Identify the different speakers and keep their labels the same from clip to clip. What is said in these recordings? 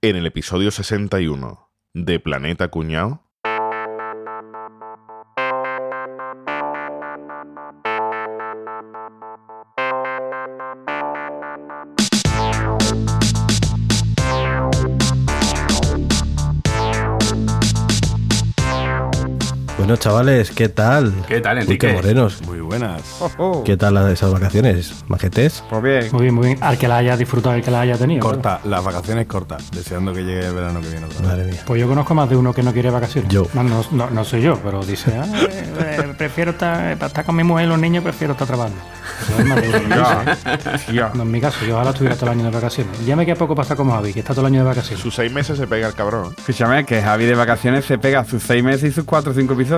Speaker 1: En el episodio 61 de Planeta Cuñao.
Speaker 2: Bueno, chavales, ¿qué tal?
Speaker 3: ¿Qué tal,
Speaker 2: Uy, qué
Speaker 3: Enrique?
Speaker 2: morenos.
Speaker 4: Muy buenas.
Speaker 2: ¿Qué tal esas vacaciones, majetes?
Speaker 5: Pues bien,
Speaker 6: Muy Oh, bien, muy bien. Al que la haya disfrutado, al que la haya tenido. claro.
Speaker 4: Corta, las vacaciones cortas. Deseando que llegue el verano que viene otra vez.
Speaker 2: Madre mía.
Speaker 6: Pues yo conozco más de uno que no quiere vacaciones.
Speaker 2: Yo.
Speaker 6: No, no, no- no soy yo, pero dice, ah, eh, eh, prefiero estar, eh, para estar con mi mujer y los niños, prefiero estar trabajando. Yo más de uno, ¿no?
Speaker 5: ya, ya.
Speaker 6: No, en mi caso, yo ojalá estuviera todo el año de vacaciones. Ya me queda poco para estar como Javi, que está todo el año de vacaciones.
Speaker 1: Sus seis meses se pega el cabrón.
Speaker 7: Escúchame, que Javi de vacaciones se pega sus seis meses y sus cuatro o cinco episodios.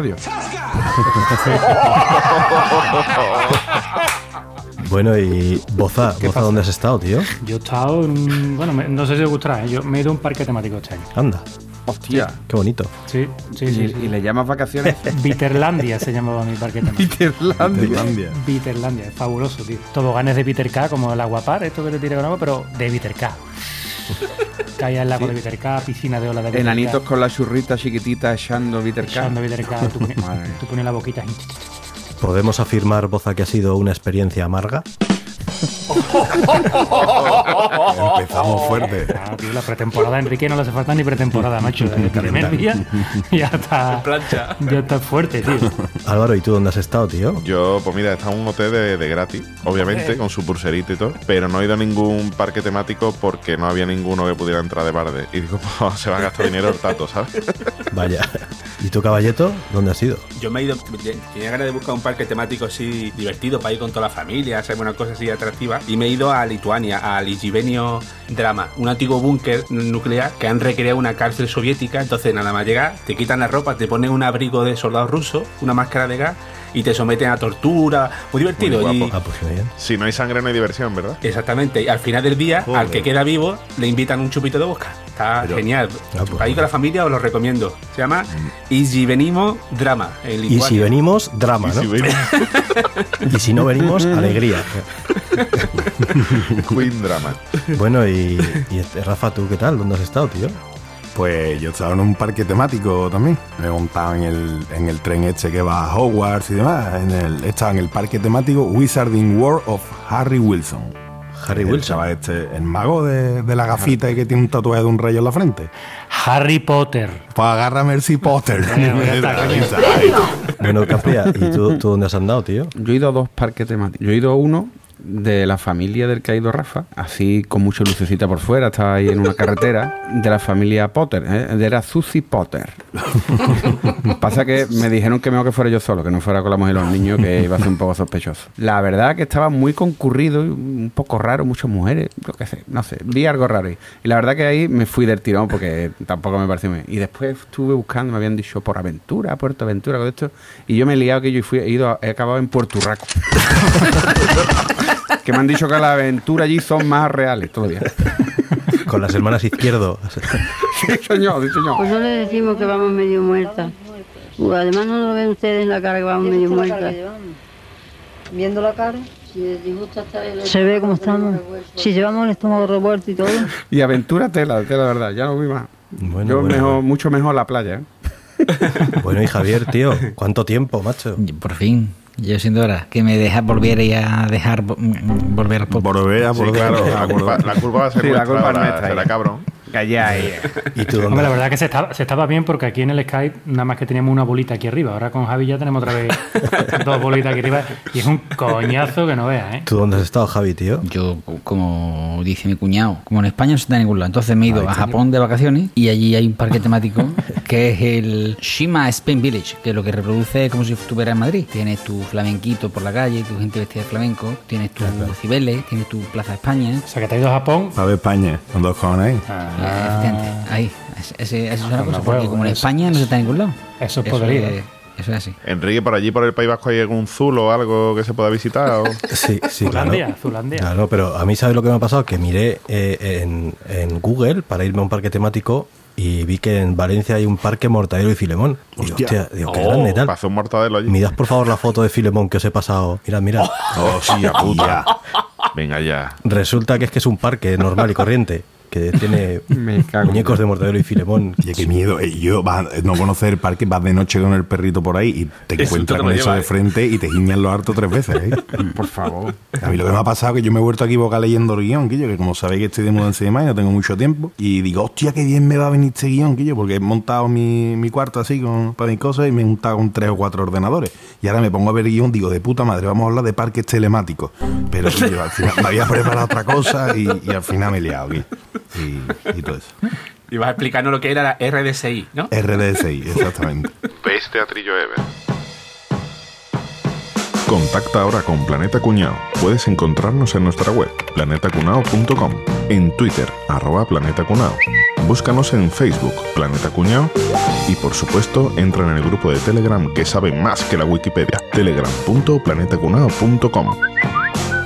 Speaker 2: Bueno, y Boza,
Speaker 6: ¿Qué
Speaker 2: Boza,
Speaker 6: pasa?
Speaker 2: ¿dónde has estado, tío?
Speaker 6: Yo he estado en- Bueno, me- no sé si os gustará, ¿eh? yo me he ido a un parque temático este año.
Speaker 2: Anda,
Speaker 7: Hostia.
Speaker 2: qué bonito.
Speaker 6: Sí, sí,
Speaker 7: Y,
Speaker 6: sí.
Speaker 7: y le llamas vacaciones
Speaker 6: Viterlandia se llamaba mi parque temático.
Speaker 7: Irlandia.
Speaker 4: Irlandia.
Speaker 6: Viterlandia, es fabuloso, tío. Toboganes de Peter K, como el aguapar, esto que te tira con agua, pero de Peter K. Caía el lago de Peter K, piscina de ola de Peter K.
Speaker 7: Enanitos con la churrita chiquitita echando Bitter
Speaker 6: Echando Peter K, tú pones,
Speaker 7: Madre mía.
Speaker 6: tú pones la boquita. así.
Speaker 2: ¿Podemos afirmar, Boza, que ha sido una experiencia amarga?
Speaker 4: Empezamos fuerte.
Speaker 6: Ah, tío, la pretemporada, Enrique, no le hace falta ni pretemporada, macho. El primer día ya está, ya está fuerte, tío.
Speaker 2: Álvaro, ¿y tú dónde has estado, tío?
Speaker 1: Yo, pues mira, está en un hotel de, de gratis, obviamente, con su pulserita y todo. Pero no he ido a ningún parque temático porque no había ninguno que pudiera entrar de barde. Y digo, pues se va a gastar dinero el tato, ¿sabes?
Speaker 2: Vaya. ¿Y tú, caballeto? ¿Dónde has ido?
Speaker 3: Yo me he ido. Tenía ganas de buscar un parque temático así divertido para ir con toda la familia, hacer una cosa así atractiva. Y me he ido a Lituania, al Igivenio Drama, un antiguo búnker nuclear que han recreado una cárcel soviética. Entonces, nada más llegar, te quitan la ropa, te ponen un abrigo de soldado ruso, una máscara de gas y te someten a tortura. Muy divertido.
Speaker 1: Muy
Speaker 3: y-
Speaker 1: guapo.
Speaker 2: Ah, pues qué bien.
Speaker 1: Si no hay sangre, no hay diversión, ¿verdad?
Speaker 3: Exactamente, y al final del día,
Speaker 2: Joder.
Speaker 3: al que queda vivo, le invitan un chupito de bosca. Está genial.
Speaker 2: Ah, pues, Mm.
Speaker 3: Ahí con la familia os lo recomiendo. Se llama Y si venimos, drama. En
Speaker 2: Y si
Speaker 3: Lituania.
Speaker 2: venimos, drama,
Speaker 1: Y
Speaker 2: ¿no?
Speaker 1: si ven-
Speaker 2: Y si no venimos, alegría.
Speaker 1: Queen Drama.
Speaker 2: Bueno, y, y, este, Rafa, ¿tú qué tal? ¿Dónde has estado, tío?
Speaker 4: Pues yo he estado en un parque temático también. Me he montado en el, en el tren este que va a Hogwarts y demás. En el, he estado en el parque temático Wizarding World of Harry Wilson.
Speaker 2: Harry
Speaker 4: El
Speaker 2: Wilson.
Speaker 4: chaval este, el mago de, de la gafita y que tiene un tatuaje de un rayo en la frente.
Speaker 6: Harry Potter.
Speaker 4: Pues agarra Mercy Potter.
Speaker 6: Bueno, ya está, coño.
Speaker 2: Bueno, Capria, ¿y tú, tú dónde has andado, tío?
Speaker 7: Yo he ido a dos parques temáticos. Yo he ido a uno de la familia del que ha ido Rafa, así con mucha lucecita por fuera, estaba ahí en una carretera, de la familia Potter, ¿eh? de la Susie Potter. Pasa que me dijeron que mejor que fuera yo solo, que no fuera con la mujer y los niños, que iba a ser un poco sospechoso. La verdad que estaba muy concurrido, y un poco raro, muchas mujeres, lo que sé, no sé, vi algo raro ahí. Y la verdad que ahí me fui del tirón porque tampoco me pareció muy bien. Y después estuve buscando, me habían dicho por aventura, Puerto Aventura, con esto, y yo me he liado que yo fui, he, ido a- he acabado en Puerto Urraco. que me han dicho que las aventuras allí son más reales todavía.
Speaker 2: Con las hermanas izquierdo.
Speaker 7: sí, señor, sí, señor.
Speaker 8: Nosotros le Pues decimos que vamos medio muertas. Uh, Además no lo ven ustedes en la cara que vamos medio muertas.
Speaker 9: Viendo la cara,
Speaker 8: Se ve cómo estamos. Si llevamos el estómago revuelto y todo.
Speaker 7: Y aventura tela, tela, la verdad, ya no vi más.
Speaker 2: Bueno,
Speaker 7: yo
Speaker 2: bueno,
Speaker 7: mejor, mucho mejor la playa, ¿eh?
Speaker 2: Bueno, y Javier, tío, ¿cuánto tiempo, macho?
Speaker 10: Por fin, yo siendo hora que me deja, volvierais a dejar vo- mm, volver al podcast.
Speaker 4: Volver a
Speaker 1: Sí,
Speaker 4: por
Speaker 1: claro, la culpa, la culpa va a ser
Speaker 7: Sí, la
Speaker 1: nuestra
Speaker 7: culpa es
Speaker 1: ahora,
Speaker 7: nuestra,
Speaker 1: será
Speaker 7: ya.
Speaker 1: cabrón.
Speaker 7: Calla, eh.
Speaker 2: ¿Y tú dónde?
Speaker 6: Hombre, la verdad que se estaba, se estaba bien porque aquí en el Skype nada más que teníamos una bolita aquí arriba. Ahora con Javi ya tenemos otra vez dos bolitas aquí arriba. Y es un coñazo que no veas, ¿eh?
Speaker 2: ¿Tú dónde has estado, Javi, tío?
Speaker 10: Yo, como dice mi cuñado, como en España no se está en ningún lado, entonces me he
Speaker 6: Ah,
Speaker 10: ido a Japón de vacaciones y allí hay un parque temático que es el Shima Spain Village, que lo que reproduce es como si estuvieras en Madrid. Tienes tu flamenquito por la calle, tu gente vestida de flamenco, tienes tus cibeles, tienes tu Plaza España. eh,
Speaker 6: O sea, que te has ido a Japón.
Speaker 4: A ver, España, con dos cojones ahí.
Speaker 6: Ah.
Speaker 10: Efectivamente, ahí, ese, esa es una
Speaker 6: no
Speaker 10: cosa,
Speaker 6: puedo,
Speaker 10: porque como
Speaker 6: Ah,
Speaker 10: en
Speaker 6: pues eso-
Speaker 10: España no se está en ningún lado.
Speaker 6: eso es podrido,
Speaker 10: es-
Speaker 6: ¿eh?
Speaker 10: Eso es así.
Speaker 1: Enrique, por allí, por el País Vasco, hay algún zulo o algo que se pueda visitar. o-
Speaker 2: Sí, sí, claro.
Speaker 6: Zulandia, Zulandia.
Speaker 2: Claro, pero a mí, ¿sabes lo que me ha pasado? Que miré eh, en, en Google para irme a un parque temático y vi que en Valencia hay un parque Mortadelo y Filemón. Y digo, hostia, digo, qué
Speaker 7: Oh,
Speaker 2: grande y tal.
Speaker 1: Pasó Oh, un mortadelo allí.
Speaker 2: Mirad, por favor, la foto de Filemón que os he pasado. Mirad, mirad.
Speaker 7: Oh.
Speaker 1: Hostia puta. Venga ya.
Speaker 2: Resulta que es que es un parque normal y corriente. que tiene
Speaker 7: Me cago en
Speaker 2: muñecos de Mortadelo y Filemón.
Speaker 4: Oye, qué miedo. eh, Yo vas- no conocer el parque, vas de noche con el perrito por ahí y te
Speaker 3: Eso
Speaker 4: encuentras
Speaker 3: te lo
Speaker 4: con eso
Speaker 3: lleva,
Speaker 4: de
Speaker 3: eh.
Speaker 4: frente y te guiñan los hartos tres veces. ¿eh?
Speaker 7: Por favor.
Speaker 4: A mí lo que me ha pasado es que yo me he vuelto a equivocar leyendo el guión, Quillo, que como sabéis que estoy de mudanza y demás y no tengo mucho tiempo. Y digo, hostia, qué bien me va a venir este guión, Quillo, porque he montado mi, mi cuarto así con, para mis cosas y me he juntado con tres o cuatro ordenadores. Y ahora me pongo a ver el guión, digo, de puta madre, vamos a hablar de parques telemáticos. Pero Quillo, al final me había preparado otra cosa y, y al final me he liado, Quillo. Y, y todo eso.
Speaker 3: Y vas a explicarnos lo que era la RDSI, ¿no?
Speaker 2: Eh,
Speaker 4: RDSI, exactamente.
Speaker 1: Veis Teatrillo Ever. Contacta ahora con Planeta Cuñao. Puedes encontrarnos en nuestra web, planetacunao.com, en Twitter, arroba Planeta Cunao. Búscanos en Facebook, Planeta Cuñao, y por supuesto entra en el grupo de Telegram que sabe más que la Wikipedia, telegram.planetacunao.com.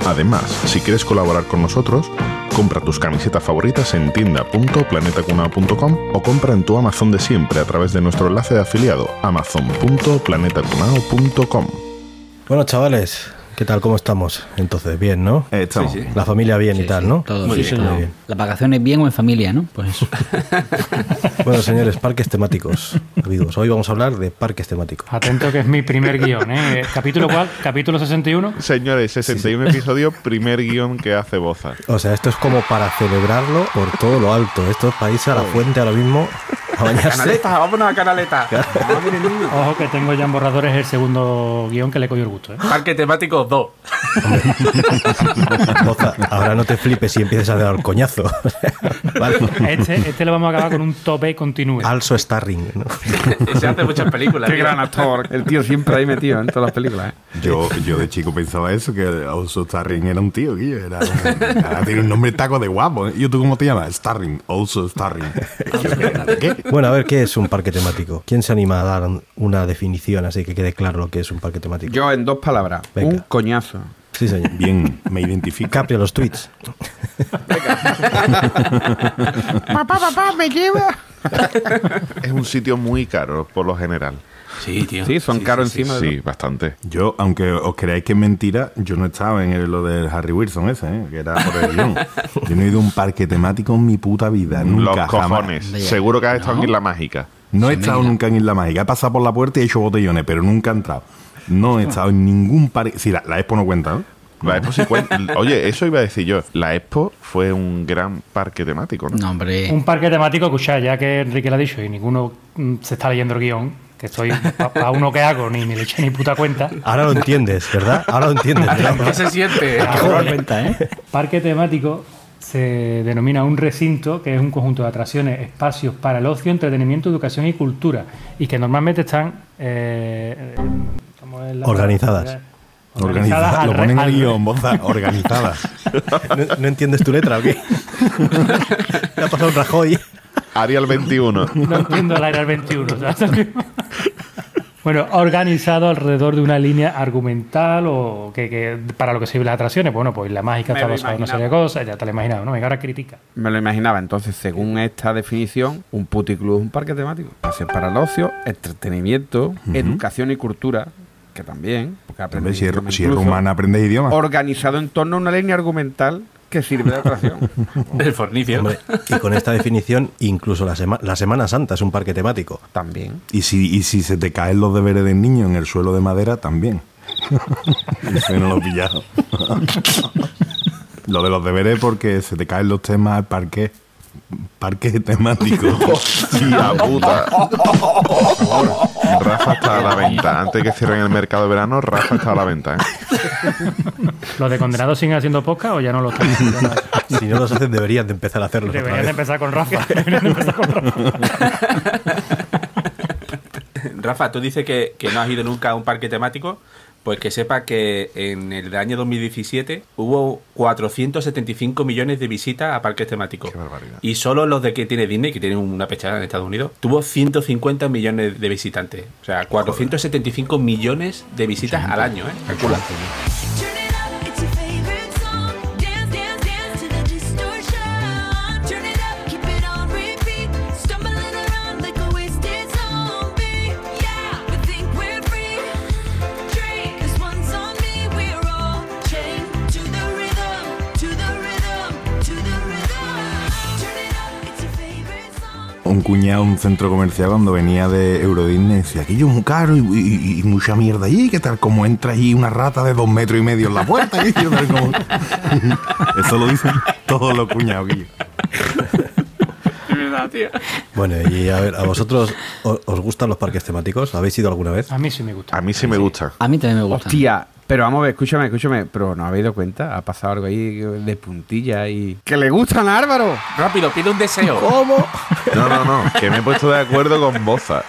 Speaker 1: Además, si quieres colaborar con nosotros, compra tus camisetas favoritas en tienda.planetacunao.com o compra en tu Amazon de siempre a través de nuestro enlace de afiliado amazon.planetacunao.com.
Speaker 2: Bueno, chavales, ¿qué tal? ¿Cómo estamos? Entonces, bien, ¿no?
Speaker 4: Eh, estamos.
Speaker 3: sí.
Speaker 2: La familia bien y tal, ¿no?
Speaker 10: Todo
Speaker 3: Muy
Speaker 10: bien,
Speaker 3: bien.
Speaker 10: todo
Speaker 2: Muy
Speaker 10: bien.
Speaker 2: bien.
Speaker 10: Las vacaciones bien o en familia, ¿no? Pues eso.
Speaker 2: Bueno, señores, parques temáticos. Amigos, hoy vamos a hablar de parques temáticos.
Speaker 6: Atento que es mi primer guión, ¿eh? Capítulo cuál? Capítulo 61.
Speaker 1: Señores, 61 episodio, primer guión que hace Boza.
Speaker 2: O sea, esto es como para celebrarlo por todo lo alto. Esto es para irse a la fuente ahora mismo a bañarse.
Speaker 3: Canaleta, vámonos a canaleta. Vamos, mire, niño.
Speaker 6: Ojo que tengo ya en borradores el segundo guión que le cogió el gusto, ¿eh?
Speaker 3: Parque temático 2.
Speaker 2: Boza, ahora no te flipes si empiezas a dar coñazo. vale.
Speaker 6: Este, este lo vamos a acabar con un tope y continúe.
Speaker 2: Also starring, ¿no?
Speaker 3: Se hace muchas películas.
Speaker 7: Qué
Speaker 3: tío.
Speaker 7: gran actor. El tío siempre ahí metido en todas las películas. ¿eh?
Speaker 4: Yo, yo de chico pensaba eso, que Oso Starring era un tío, Guillo. Era, ahora tiene un nombre taco de guapo. ¿eh? ¿Y tú cómo te llamas? Starring, Oso Starring. ¿Qué?
Speaker 2: Bueno, a ver, ¿qué es un parque temático? ¿Quién se anima a dar una definición así que quede claro lo que es un parque temático?
Speaker 7: Yo en dos palabras.
Speaker 2: Venga.
Speaker 7: Un coñazo.
Speaker 2: Sí, señor.
Speaker 4: Bien, me identifica.
Speaker 2: Capri a los tweets.
Speaker 7: papá, papá, me lleva.
Speaker 1: Es un sitio muy caro, por lo general.
Speaker 3: Sí, tío.
Speaker 7: Sí, son caros encima de
Speaker 1: Sí, bastante.
Speaker 4: Yo, aunque os creáis que es mentira, yo no estaba en el- lo del Harry Wilson ese, ¿eh? que era por el guión. Yo no he ido a un parque temático en mi puta vida, nunca,
Speaker 1: Los
Speaker 4: jamás.
Speaker 1: cojones. Seguro que has estado aquí en la mágica.
Speaker 4: No he estado nunca en Isla Mágica. He pasado por la puerta y he hecho botellones, pero nunca he entrado. No he estado en ningún parque... Sí, la, la expo no cuenta, ¿no?
Speaker 1: La Expo sí cuen- Oye, eso iba a decir yo. La Expo fue un gran parque temático, ¿no?
Speaker 10: No, hombre.
Speaker 6: Un parque temático, escuchad, ya que Enrique lo ha dicho y ninguno mm, se está leyendo el guión, que estoy para uno que hago, ni me le eché ni puta cuenta.
Speaker 2: Ahora lo entiendes, ¿verdad? Ahora lo entiendes. ¿verdad?
Speaker 3: ¿Qué se siente?
Speaker 10: cuenta, ¿eh?
Speaker 6: Parque temático se denomina un recinto que es un conjunto de atracciones, espacios para el ocio, entretenimiento, educación y cultura, y que normalmente están eh, eh, ¿cómo es la
Speaker 2: Organizadas.
Speaker 6: palabra? Organizadas
Speaker 4: Organizadas.
Speaker 6: al
Speaker 4: Lo
Speaker 6: re-
Speaker 4: ponen en el
Speaker 6: al-
Speaker 4: guión, Boza. Organizadas.
Speaker 2: ¿No, no entiendes tu letra o qué? Te ha pasado un Rajoy.
Speaker 1: Arial 21.
Speaker 6: No entiendo el aire al 21. ¿sabes? Bueno, organizado alrededor de una línea argumental o que, que para lo que sirven las atracciones. Bueno, pues la mágica
Speaker 7: Me
Speaker 6: está
Speaker 7: lo
Speaker 6: basada en una serie de cosas, ya te lo he imaginado, ¿no? Venga, ahora critica.
Speaker 7: Me lo imaginaba. Entonces, según esta definición, un puticlub es un parque temático. Espacio para el ocio, entretenimiento, educación y cultura, que también. Porque
Speaker 4: Hombre,
Speaker 7: aprendes
Speaker 4: si es,
Speaker 7: idioma
Speaker 4: si es
Speaker 7: incluso,
Speaker 4: rumana, aprendes idiomas.
Speaker 7: Organizado en torno a una línea argumental que sirve de atracción.
Speaker 3: El fornicio.
Speaker 2: Hombre, y con esta definición, incluso la, sema- la Semana Santa es un parque temático.
Speaker 7: también.
Speaker 4: Y si, y si se te caen los deberes del niño en el suelo de madera, también. Eso no lo he pillado. lo de los deberes porque se te caen los temas al parque. Parque temático.
Speaker 1: Tía puta. Rafa está a la venta. Antes que cierren el mercado de verano, Rafa está a la venta. ¿eh?
Speaker 6: ¿Los de condenados siguen haciendo podcast o ya no lo están haciendo? No.
Speaker 2: Si no los hacen, deberían de empezar a hacerlo. otra
Speaker 6: Deberían de
Speaker 2: vez.
Speaker 6: empezar con Rafa. deberían de empezar con Rafa.
Speaker 3: Rafa, tú dices que, que no has ido nunca a un parque temático. Pues que sepa que en el año 2017 hubo 475 millones de visitas a parques temáticos.
Speaker 1: Qué barbaridad.
Speaker 3: Y solo los de que tiene Disney, que tiene una pechada en Estados Unidos, tuvo 150 millones de visitantes. O sea, 475 millones de visitas al año, ¿eh? Calcula.
Speaker 5: To the rhythm, to the rhythm, to the rhythm. Turn it
Speaker 4: un cuñado un centro comercial cuando venía de Eurodisney decía, aquello es muy caro y, y- y mucha mierda allí, que tal como entra allí una rata de dos metros y medio en la puerta. y yo, tal como- Eso lo dicen todos los cuñados, Guillo.
Speaker 3: Es verdad, tío.
Speaker 2: Bueno, y a ver, ¿a vosotros o- os gustan los parques temáticos? ¿Habéis ido alguna vez?
Speaker 6: A mí sí me gusta.
Speaker 1: A mí sí me gusta.
Speaker 10: A mí también me gusta.
Speaker 7: Hostia, pero vamos a ver, escúchame, escúchame. Pero no habéis dado cuenta, ha pasado algo ahí de puntilla y. ¡Que le gustan a Álvaro!
Speaker 3: Rápido, pide un deseo.
Speaker 1: No, no, no, que me he puesto de acuerdo con Boza.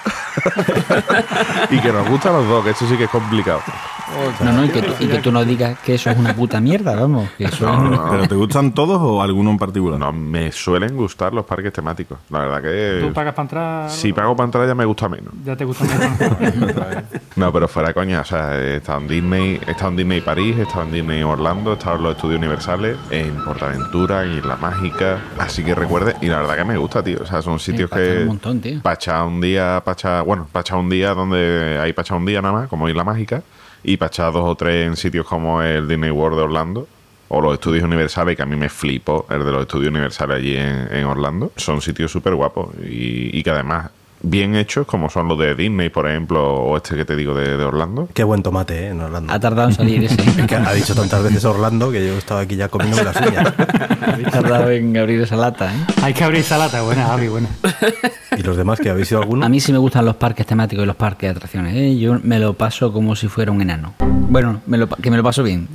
Speaker 1: y que nos gustan los dos, que eso sí que es complicado.
Speaker 10: No, no, y que, tú, y que tú no digas que eso es una puta mierda, vamos. Que eso es-
Speaker 4: ¿Pero te gustan todos o alguno en particular?
Speaker 1: No, me suelen gustar los parques temáticos. La verdad
Speaker 6: ¿Tú
Speaker 1: que...
Speaker 6: pagas para entrar?
Speaker 1: Si pago pantalla me gusta menos.
Speaker 6: Ya te gusta más.
Speaker 1: No, pero fuera coña, o sea, he estado en Disney, he estado en Disney París, he estado en Disney Orlando, he estado en los estudios universales, en Portaventura, en Isla Mágica, así que recuerde, y la verdad que me gusta, tío, o sea, son sitios
Speaker 10: para estar
Speaker 1: que...
Speaker 10: un montón, tío.
Speaker 1: Pachá un día, Pachá, bueno, Pachá un día donde hay Pachá un día nada más, como Isla Mágica, y Pachá dos o tres en sitios como el Disney World de Orlando, o los estudios universales, que a mí me flipo, el de los estudios universales allí en, en Orlando. Son sitios súper guapos y, y que además bien hechos, como son los de Disney, por ejemplo, o este que te digo de, de Orlando.
Speaker 2: Qué buen tomate, ¿eh? En Orlando.
Speaker 10: Ha tardado en salir ese.
Speaker 2: Que ha dicho tantas veces Orlando que yo estaba aquí ya comiendo las uñas.
Speaker 10: Ha tardado en abrir esa lata, ¿eh?
Speaker 6: Hay que abrir esa lata. Buena, Javi, buena.
Speaker 2: ¿Y los demás que habéis ido alguno?
Speaker 10: A mí sí me gustan los parques temáticos y los parques de atracciones. ¿eh? Yo me lo paso como si fuera un enano. Bueno, me lo pa- que me lo paso bien.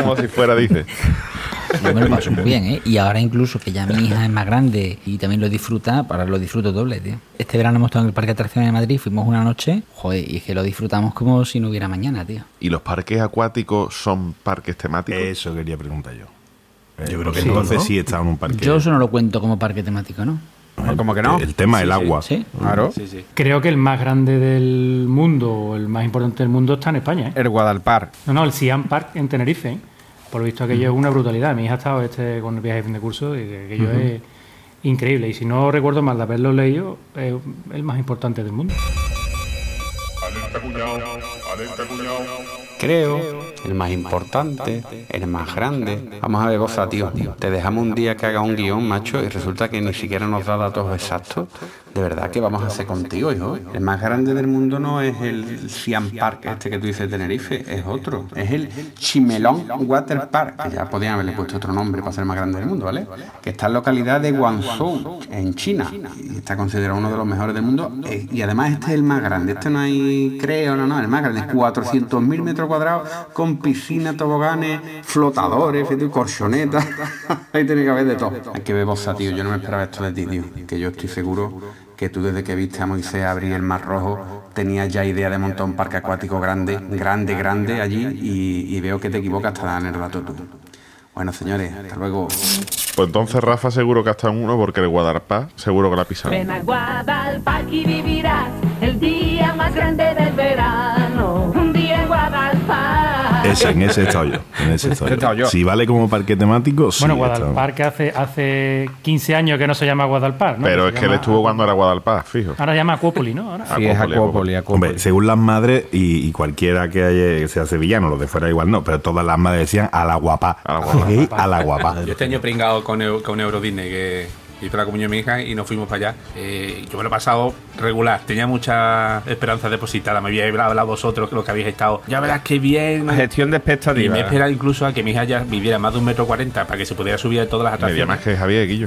Speaker 1: como si fuera, dice.
Speaker 10: Yo me lo paso muy bien, ¿eh? Y ahora incluso que ya mi hija es más grande y también lo disfruta, ahora lo disfruto doble, tío. Este verano hemos estado en el parque de atracciones de Madrid, fuimos una noche, joder, y es que lo disfrutamos como si no hubiera mañana, tío.
Speaker 1: ¿Y los parques acuáticos son parques temáticos?
Speaker 4: Eso quería preguntar yo. Eh,
Speaker 2: Yo creo que no,
Speaker 4: Entonces
Speaker 2: ¿no?
Speaker 4: sí está en un parque.
Speaker 10: Yo eso no lo cuento como parque temático, ¿no?
Speaker 7: Como que no.
Speaker 4: El tema del agua.
Speaker 10: Sí.
Speaker 7: Claro.
Speaker 3: Sí, sí.
Speaker 6: Creo que el más grande del mundo, o el más importante del mundo, está en España. ¿eh?
Speaker 7: El Guadalpar.
Speaker 6: No, no, el Siam Park en Tenerife. ¿eh? Por lo visto, aquello es una brutalidad. Mi hija ha estado este, con el viaje de fin de curso y que aquello es increíble. Y si no recuerdo mal de haberlo leído, es el más importante del mundo.
Speaker 5: Creo, el más importante, el más grande. Vamos a ver, goza, tío. Te dejamos un día que haga un guión, macho, y resulta que ni siquiera nos da datos exactos. De verdad, ¿qué vamos a hacer contigo, hijo? El más grande del mundo no es el Siam Park, este que tú dices de Tenerife, es otro. Es el Chimelón Water Park, que ya podían haberle puesto otro nombre para ser el más grande del mundo, ¿vale? Que está en la localidad de Guangzhou, en China. Y está considerado uno de los mejores del mundo. eh, Y además este es el más grande. Este no hay, creo, no, no, el más grande. Es 400.000 metros cuadrados con piscina, toboganes, flotadores, fíjate, colchonetas. Ahí tiene que haber de todo. Hay que ver boza, tío. Yo no me esperaba esto de ti, tío. Que yo estoy seguro que tú desde que viste a Moisés abrir el Mar Rojo tenías ya idea de montar un parque acuático grande, grande, grande allí y, y veo que te equivocas hasta en el dato tú. Bueno, señores, hasta luego.
Speaker 1: Pues entonces Rafa seguro que hasta uno, porque el Guadalpar seguro que la pisaron.
Speaker 9: a Guadalparque y vivirás el día más grande del verano. Un día en Guadalparque.
Speaker 4: Ese, en ese he estado yo. En ese he
Speaker 7: He
Speaker 4: estado
Speaker 7: estado
Speaker 4: yo.
Speaker 7: yo.
Speaker 4: Si vale como parque temático, sí.
Speaker 6: bueno,
Speaker 4: he estado.
Speaker 6: Guadalpar que hace, hace 15 años que no se llama Guadalpar, ¿no?
Speaker 1: Pero
Speaker 6: se
Speaker 1: es que él
Speaker 6: llama- Ah,
Speaker 1: estuvo Ah, cuando era Guadalpar, fijo.
Speaker 6: Ahora se llama Acuópoli, ¿no? Ahora.
Speaker 7: Sí, es
Speaker 1: Acuópolis,
Speaker 7: Acuópolis,
Speaker 4: Hombre,
Speaker 7: Acuópolis.
Speaker 4: según las madres y, y cualquiera que, haya, que sea sevillano, los de fuera igual no, pero todas las madres decían a la guapa.
Speaker 1: A la guapa.
Speaker 4: Sí, a la guapa.
Speaker 3: Yo este año he pringado con, Eu- con Euro Disney, que hizo la comunión de mi hija y nos fuimos para allá. Eh, yo me lo he pasado regular. Tenía mucha esperanza depositada. Me había hablado hablado vosotros, lo que habéis estado. Ya verás qué bien.
Speaker 7: Gestión de
Speaker 3: Y
Speaker 7: expectativas.
Speaker 3: me he esperado incluso a que mi hija ya viviera más de un metro cuarenta para que se pudiera subir a todas las
Speaker 1: Media
Speaker 3: atracciones.
Speaker 1: más que Javier Guillo.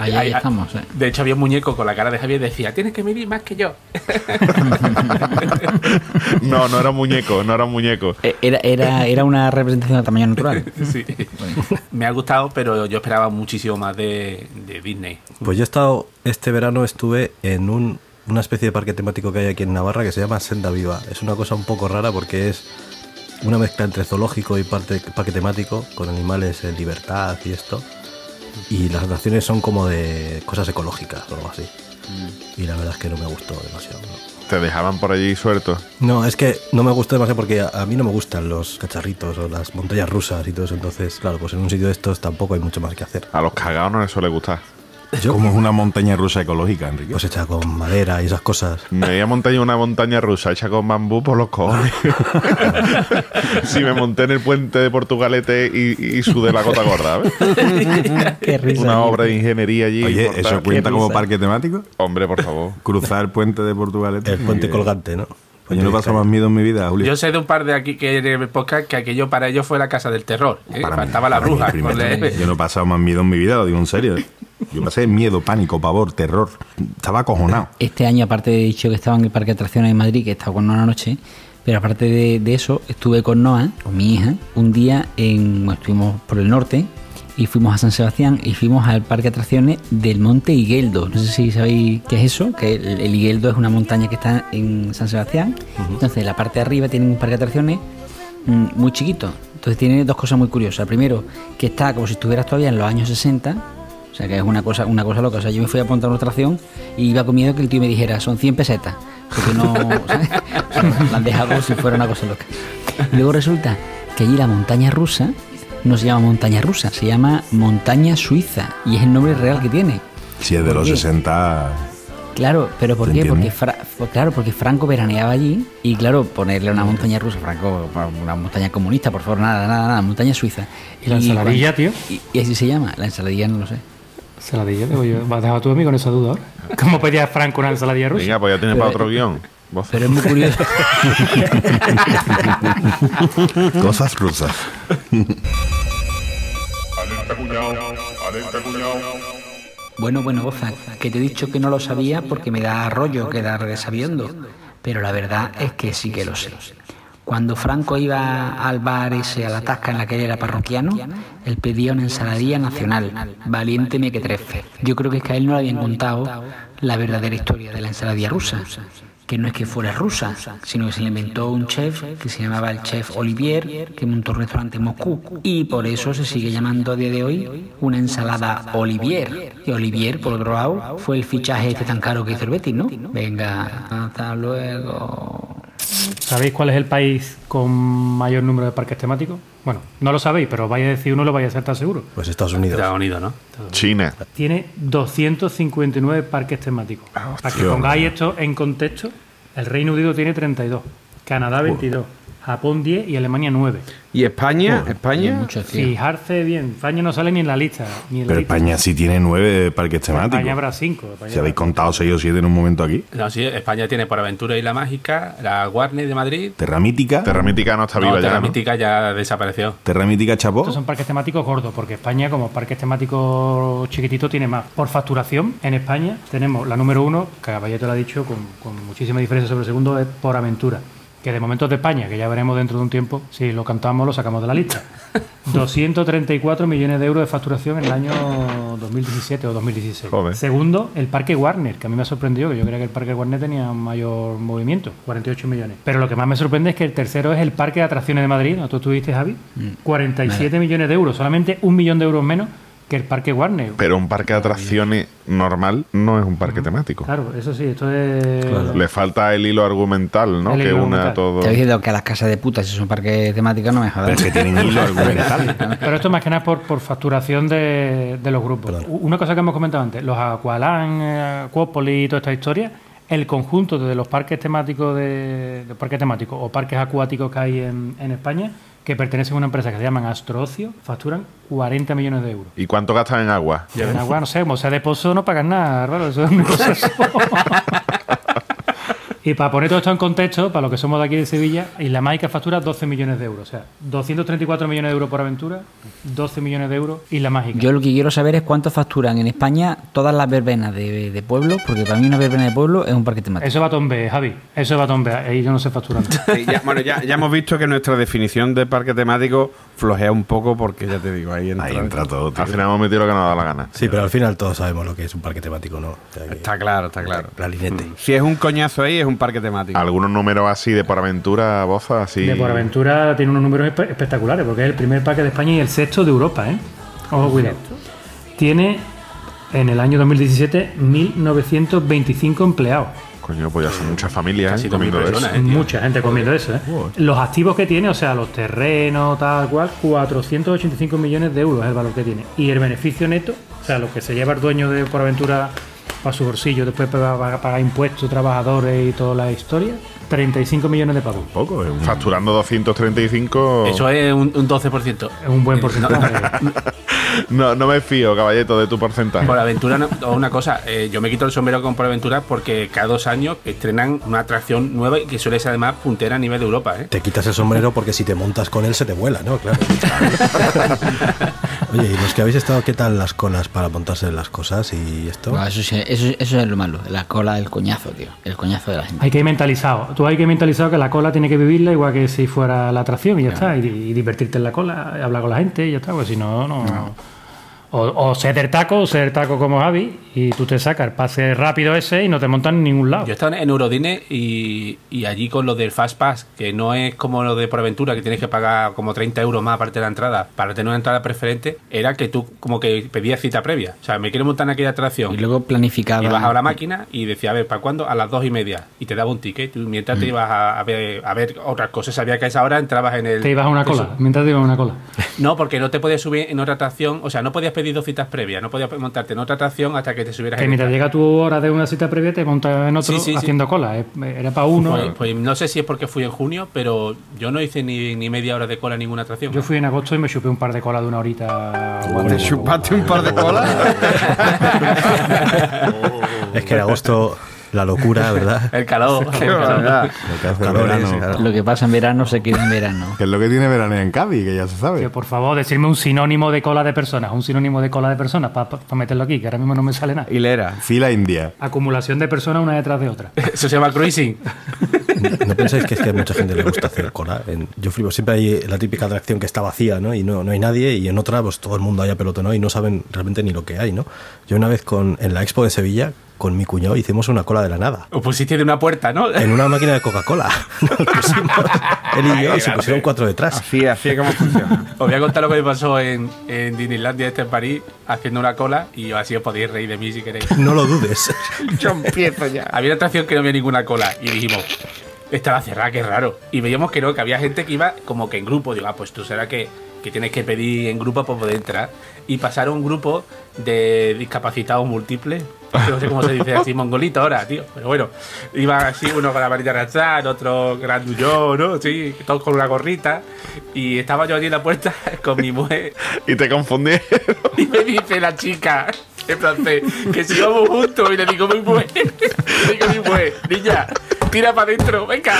Speaker 10: Ahí,
Speaker 3: Ay,
Speaker 10: ahí
Speaker 3: ay.
Speaker 10: estamos, ¿eh?
Speaker 3: De hecho, había un muñeco con la cara de Javier y decía, tienes que medir más que yo.
Speaker 1: No, no era un muñeco, no era un muñeco.
Speaker 10: Eh, Era, era, era una representación de tamaño natural.
Speaker 3: Sí. Me ha gustado, pero yo esperaba muchísimo más de, de Disney.
Speaker 2: Pues yo he estado, este verano estuve en un- una especie de parque temático que hay aquí en Navarra que se llama Senda Viva. Es una cosa un poco rara porque es una mezcla entre zoológico y parte- parque temático, con animales en libertad y esto. Y las atracciones son como de cosas ecológicas o algo así. Y la verdad es que no me gustó demasiado. ¿no?
Speaker 1: Te dejaban por allí suelto.
Speaker 2: No, es que no me gusta demasiado porque a, a mí no me gustan los cacharritos o las montañas rusas y todo eso. Entonces, claro, pues en un sitio de estos tampoco hay mucho más que hacer.
Speaker 1: A los cagados no les suele gustar.
Speaker 2: Yo-
Speaker 4: Como es una montaña rusa ecológica, Enrique.
Speaker 2: Pues hecha con madera y esas cosas.
Speaker 1: Me voy a montar en una montaña rusa hecha con bambú por los cojones. si me monté en el puente de Portugalete y, y sudé la gota gorda, ¿ves?
Speaker 10: Qué risa.
Speaker 1: Una obra de ingeniería allí.
Speaker 4: Oye,
Speaker 1: mortal.
Speaker 4: ¿eso cuenta como parque temático?
Speaker 1: Hombre, por favor.
Speaker 4: Cruzar el puente de Portugal.
Speaker 2: El puente colgante, ¿no? Pues
Speaker 4: Yo no paso más miedo en mi vida, Julio.
Speaker 3: Yo sé de un par de aquí que de podcast que aquello para ellos fue la casa del terror. ¿eh?
Speaker 4: Para mí,
Speaker 3: Faltaba la
Speaker 4: para mí,
Speaker 3: bruja.
Speaker 4: primero.
Speaker 3: con la-
Speaker 4: Yo no he pasado más miedo en mi vida, lo digo en serio. ¿eh? Yo pasé miedo, pánico, pavor, terror. Estaba acojonado.
Speaker 10: Este año, aparte de dicho que estaba en el Parque de Atracciones de Madrid, que he estado con Noa una noche, pero aparte de, de eso, estuve con Noa, con mi hija, un día en, bueno, estuvimos por el norte y fuimos a San Sebastián y fuimos al Parque de Atracciones del Monte Higueldo. No sé si sabéis qué es eso, que el, el Higueldo es una montaña que está en San Sebastián. Entonces, la parte de arriba tienen un parque de atracciones mm, muy chiquito. Entonces tiene dos cosas muy curiosas. Primero, que está como si estuvieras todavía en los años 60. O sea, que es una cosa, una cosa loca. O sea, yo me fui a apuntar a una atracción y iba con miedo que el tío me dijera, son 100 pesetas. Porque no... ¿sabes? O sea, la han dejado como si fuera una cosa loca. Y luego resulta que allí la montaña rusa no se llama montaña rusa, se llama montaña suiza. Y es el nombre real que tiene.
Speaker 4: Si es de
Speaker 10: ¿Por
Speaker 4: los
Speaker 10: qué?
Speaker 4: 60.
Speaker 10: Claro, pero ¿por
Speaker 4: Te
Speaker 10: qué?
Speaker 4: entiendo.
Speaker 10: Porque, Fra- pues claro, porque Franco veraneaba allí y claro, ponerle una montaña rusa, Franco, una montaña comunista, por favor, nada, nada, nada, montaña suiza.
Speaker 6: ¿Y la ensaladilla, tío?
Speaker 10: Y, y así se llama, la ensaladilla no lo sé.
Speaker 6: Ensaladilla, digo yo. ¿Vas a dejar tú a mí con esa duda ahora? ¿Cómo pedía Franco una ensaladilla rusa?
Speaker 1: Venga, pues ya tienes para otro guión. Vos-
Speaker 10: Pero es muy curioso.
Speaker 4: Cosas rusas.
Speaker 10: bueno, bueno, goza, que te he dicho que no lo sabía porque me da rollo quedar sabiendo, pero la verdad es que sí que lo sé. Cuando Franco iba al bar ese, a la tasca en la que él era parroquiano, él pedía una ensaladilla nacional, valiente mequetrefe. Yo creo que es que a él no le habían contado la verdadera historia de la ensaladilla rusa, que no es que fuera rusa, sino que se la inventó un chef que se llamaba el chef Olivier, que montó un restaurante en Moscú. Y por eso se sigue llamando a día de hoy una ensalada Olivier. Y Olivier, por otro lado, fue el fichaje este tan caro que hizo el Betis, ¿no? Venga, hasta luego.
Speaker 6: ¿Sabéis cuál es el país con mayor número de parques temáticos? Bueno, no lo sabéis, pero vais a decir uno, lo vais a hacer tan seguro.
Speaker 2: Pues Estados Unidos.
Speaker 3: Estados Unidos, ¿no?
Speaker 1: China.
Speaker 6: Tiene 259 parques temáticos.
Speaker 4: Ah,
Speaker 6: Para que pongáis esto en contexto, el Reino Unido tiene 32, Canadá 22, Japón 10 y Alemania 9.
Speaker 7: ¿Y España? ¿España?
Speaker 10: Mucho tío.
Speaker 6: Fijarse bien, España no sale ni en la lista. Ni en la
Speaker 4: Pero
Speaker 6: lista.
Speaker 4: España sí tiene nueve parques temáticos.
Speaker 6: España habrá 5.
Speaker 4: Si habéis contado seis o siete en un momento aquí.
Speaker 3: No, sí, España tiene por Aventura y la Mágica, la Warner de Madrid.
Speaker 4: Terra mítica.
Speaker 1: Terra Mítica no está
Speaker 3: No,
Speaker 1: viva ya.
Speaker 3: Terra
Speaker 1: ¿no?
Speaker 3: Mítica ya desapareció.
Speaker 4: Terra mítica chapó.
Speaker 6: Estos son parques temáticos gordos, porque España, como parques temáticos chiquititos, tiene más. Por facturación, en España tenemos la número uno, que Caballero lo ha dicho con, con muchísima diferencia sobre el segundo, es Por Aventura. Que de momento es de España, que ya veremos dentro de un tiempo si lo cantamos lo sacamos de la lista. 234 millones de euros de facturación en el año 2017 o 2016.
Speaker 1: Joder.
Speaker 6: Segundo, el Parque Warner, que a mí me ha sorprendido, que yo creía que el Parque Warner tenía mayor movimiento, 48 millones. Pero lo que más me sorprende es que el tercero es el Parque de Atracciones de Madrid, ¿no? Tú estuviste, Javi, 47 millones de euros, solamente un millón de euros menos que el Parque Warner.
Speaker 1: Pero un parque de atracciones normal no es un parque temático.
Speaker 6: Claro, eso sí, esto es...
Speaker 1: Le falta el hilo argumental, ¿no?
Speaker 6: El
Speaker 1: que
Speaker 6: hilo
Speaker 1: una
Speaker 6: argumental.
Speaker 1: todo.
Speaker 10: Te habéis dado que a las casas de putas, si son parques temáticos, no me
Speaker 4: Pero
Speaker 10: jodas.
Speaker 4: es que tienen hilo argumental.
Speaker 6: Pero esto más que nada por, por facturación de, de los grupos. U- Una cosa que hemos comentado antes, los Aqualán, eh, Acuópolis y toda esta historia, el conjunto de los parques temáticos de, de parques temáticos o parques acuáticos que hay en, en España, que pertenecen a una empresa que se llaman Astrocio, facturan 40 millones de euros.
Speaker 1: ¿Y cuánto gastan en agua?
Speaker 6: En agua, no sé, como sea de pozo no pagas nada, claro, eso es una cosa así. Y para poner todo esto en contexto, para los que somos de aquí de Sevilla, Isla Mágica factura 12 millones de euros. O sea, 234 millones de euros por aventura, 12 millones de euros Isla Mágica.
Speaker 10: Yo lo que quiero saber es cuánto facturan en España todas las verbenas de, de pueblo, porque para mí una verbena de pueblo es un parque temático.
Speaker 6: Eso va a tombe, Javi. Eso va a tombe. Ahí yo no sé facturar.
Speaker 7: Sí, ya- bueno, ya, ya hemos visto que nuestra definición de parque temático flojea un poco porque ya te digo, ahí entra.
Speaker 4: Ahí entra todo. tío.
Speaker 1: Al final hemos metido lo que nos da la gana.
Speaker 2: Sí, pero al final todos sabemos lo que es un parque temático, ¿no? O sea que-
Speaker 7: Está claro, está claro.
Speaker 2: La linete.
Speaker 7: Si es un coñazo ahí, es un parque temático.
Speaker 1: Algunos números así de por aventura, boza, así.
Speaker 6: De por aventura tiene unos números espe- espectaculares, porque es el primer parque de España y el sexto de Europa, ¿eh? Ojo, cuidado. Tiene en el año 2017 1.925 empleados.
Speaker 1: Coño, pues ya son muchas familias
Speaker 3: Casi dos mil
Speaker 1: comiendo de eso.
Speaker 3: personas, eh.
Speaker 6: Mucha gente comiendo eso, ¿eh?
Speaker 2: Joder.
Speaker 6: Los activos que tiene, o sea, los terrenos, tal cual, 485 millones de euros es el valor que tiene. Y el beneficio neto, o sea, lo que se lleva el dueño de Por Aventura para su bolsillo, después para para pagar impuestos, trabajadores y toda la historia, 35 millones de pavos.
Speaker 1: Poco, eh, facturando 235.
Speaker 3: Eso es un, un 12%.
Speaker 6: Es un buen porcentaje.
Speaker 1: No, no me fío, caballeto, de tu porcentaje.
Speaker 3: Por aventura, no- o una cosa, eh, yo me quito el sombrero con Por aventura porque cada dos años estrenan una atracción nueva y que suele ser además puntera a nivel de Europa. ¿eh?
Speaker 2: Te quitas el sombrero porque si te montas con él se te vuela, ¿no? Claro. Oye, y los que habéis estado, ¿qué tal las colas para montarse en las cosas y esto?
Speaker 10: No, eso, sí- eso, eso es lo malo, la cola del coñazo, tío. El coñazo de la gente.
Speaker 6: hay que ir mentalizado. Tú hay que ir mentalizado que la cola tiene que vivirla igual que si fuera la atracción y ya está. Y, y divertirte en la cola, hablar con la gente y ya está. Pues si no, no. O, o ser del taco, o ser taco como Javi, y tú te sacas el pase rápido ese y no te montan en ningún lado.
Speaker 3: Yo estaba en Eurodine y, y allí con lo del Fast Pass, que no es como lo de Por aventura que tienes que pagar como 30 euros más aparte de la entrada para tener una entrada preferente, era que tú como que pedías cita previa. O sea, me quiero montar en aquella atracción.
Speaker 10: Y luego planificada.
Speaker 3: Ibas a la máquina y decía, a ver, ¿para cuándo? A las dos y media. Y te daba un ticket. Y mientras
Speaker 6: Mm.
Speaker 3: te ibas a, a ver, a ver otras cosas, sabía que a esa hora entrabas en el.
Speaker 6: Te ibas a una cola, mientras te ibas a una cola.
Speaker 3: No, porque no te podías subir en otra atracción. O sea, no podías pedir dos citas previas. No podías montarte en otra atracción hasta que te subieras
Speaker 6: Que
Speaker 3: en
Speaker 6: mientras
Speaker 3: esta.
Speaker 6: llega tu hora de una cita previa, te montas en otro
Speaker 3: Sí, sí, sí.
Speaker 6: haciendo cola. Eh, Era para uno.
Speaker 3: Pues, pues no sé si es porque fui en junio, pero yo no hice ni, ni media hora de cola en ninguna atracción.
Speaker 6: Yo fui en agosto y me chupé un par de colas de una horita.
Speaker 7: ¿Te chupaste un par de colas?
Speaker 2: Es que en agosto la locura, ¿verdad?
Speaker 3: El calor. el calor.
Speaker 2: Lo que hace el verano.
Speaker 10: Lo que pasa en verano se queda en verano.
Speaker 4: Que es lo que tiene veranea en Cádiz, que ya se
Speaker 6: Tío,
Speaker 4: sabe.
Speaker 6: por favor, decirme un sinónimo de cola de personas, un sinónimo de cola de personas para meterlo aquí, que ahora mismo no me sale nada.
Speaker 7: Hilera.
Speaker 4: Fila india.
Speaker 6: Acumulación de personas una detrás de otra.
Speaker 3: Eso se llama cruising.
Speaker 2: ¿No pensáis que es que a mucha gente le gusta hacer cola? En- yo flipo, siempre hay la típica atracción que está vacía, ¿no? Y no, no hay nadie, y en otra, pues todo el mundo haya pelotonado y no saben realmente ni lo que hay, ¿no? Yo una vez con, en la expo de Sevilla, con mi cuñado, hicimos una cola de la nada.
Speaker 3: Os pusiste de una puerta, ¿no?
Speaker 2: En una máquina de Coca-Cola. Nos pusimos, él y yo, y se pusieron cuatro detrás.
Speaker 7: Así, así es como funciona.
Speaker 3: Os voy a contar lo que me pasó en, en Disneylandia, este en París, haciendo una cola y así os podéis reír de mí si queréis.
Speaker 2: No lo dudes.
Speaker 7: Yo empiezo ya.
Speaker 3: Había una atracción que no había ninguna cola y dijimos, estaba cerrada, qué raro. Y veíamos que no, que había gente que iba como que en grupo. Digo, ah, pues tú será que, que tienes que pedir en grupo para poder entrar. Y pasaron un grupo de discapacitados múltiples. Yo No sé cómo se dice así, mongolito ahora, tío. Pero bueno, iba así, uno con la varita arrastrada, el otro grandullón, ¿no? Sí, todos con una gorrita. Y estaba yo allí en la puerta con mi mujer
Speaker 1: Y te confundí.
Speaker 3: y me dice la chica en francés que si vamos juntos y le digo muy buen, le digo muy buen, niña, tira para adentro, venga.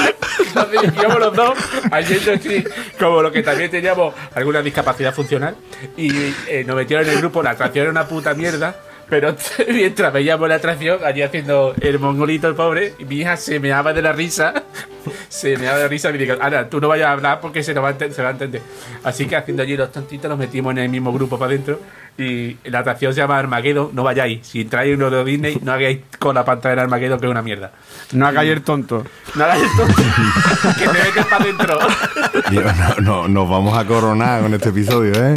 Speaker 3: Entonces dirigíamos los dos, haciendo así, como lo que también teníamos alguna discapacidad funcional, y eh, nos metieron en el grupo, la atracción era una puta mierda. Pero mientras veíamos la atracción, allí haciendo el mongolito, el pobre, mi hija se meaba de la risa. Se meaba de la risa y me dijo, Ana, tú no vayas a hablar porque se, lo va a enten- se va a entender. Así que haciendo allí los tontitos nos metimos en el mismo grupo para adentro. Y la atracción se llama Armageddon, no vayáis. Si entráis en uno de Disney, no hagáis con la pantalla en Armageddon, que es una mierda.
Speaker 7: No hagáis el tonto.
Speaker 3: No hagáis esto, que te metes para adentro.
Speaker 4: Yo- no, no, nos vamos a coronar con este episodio, ¿eh?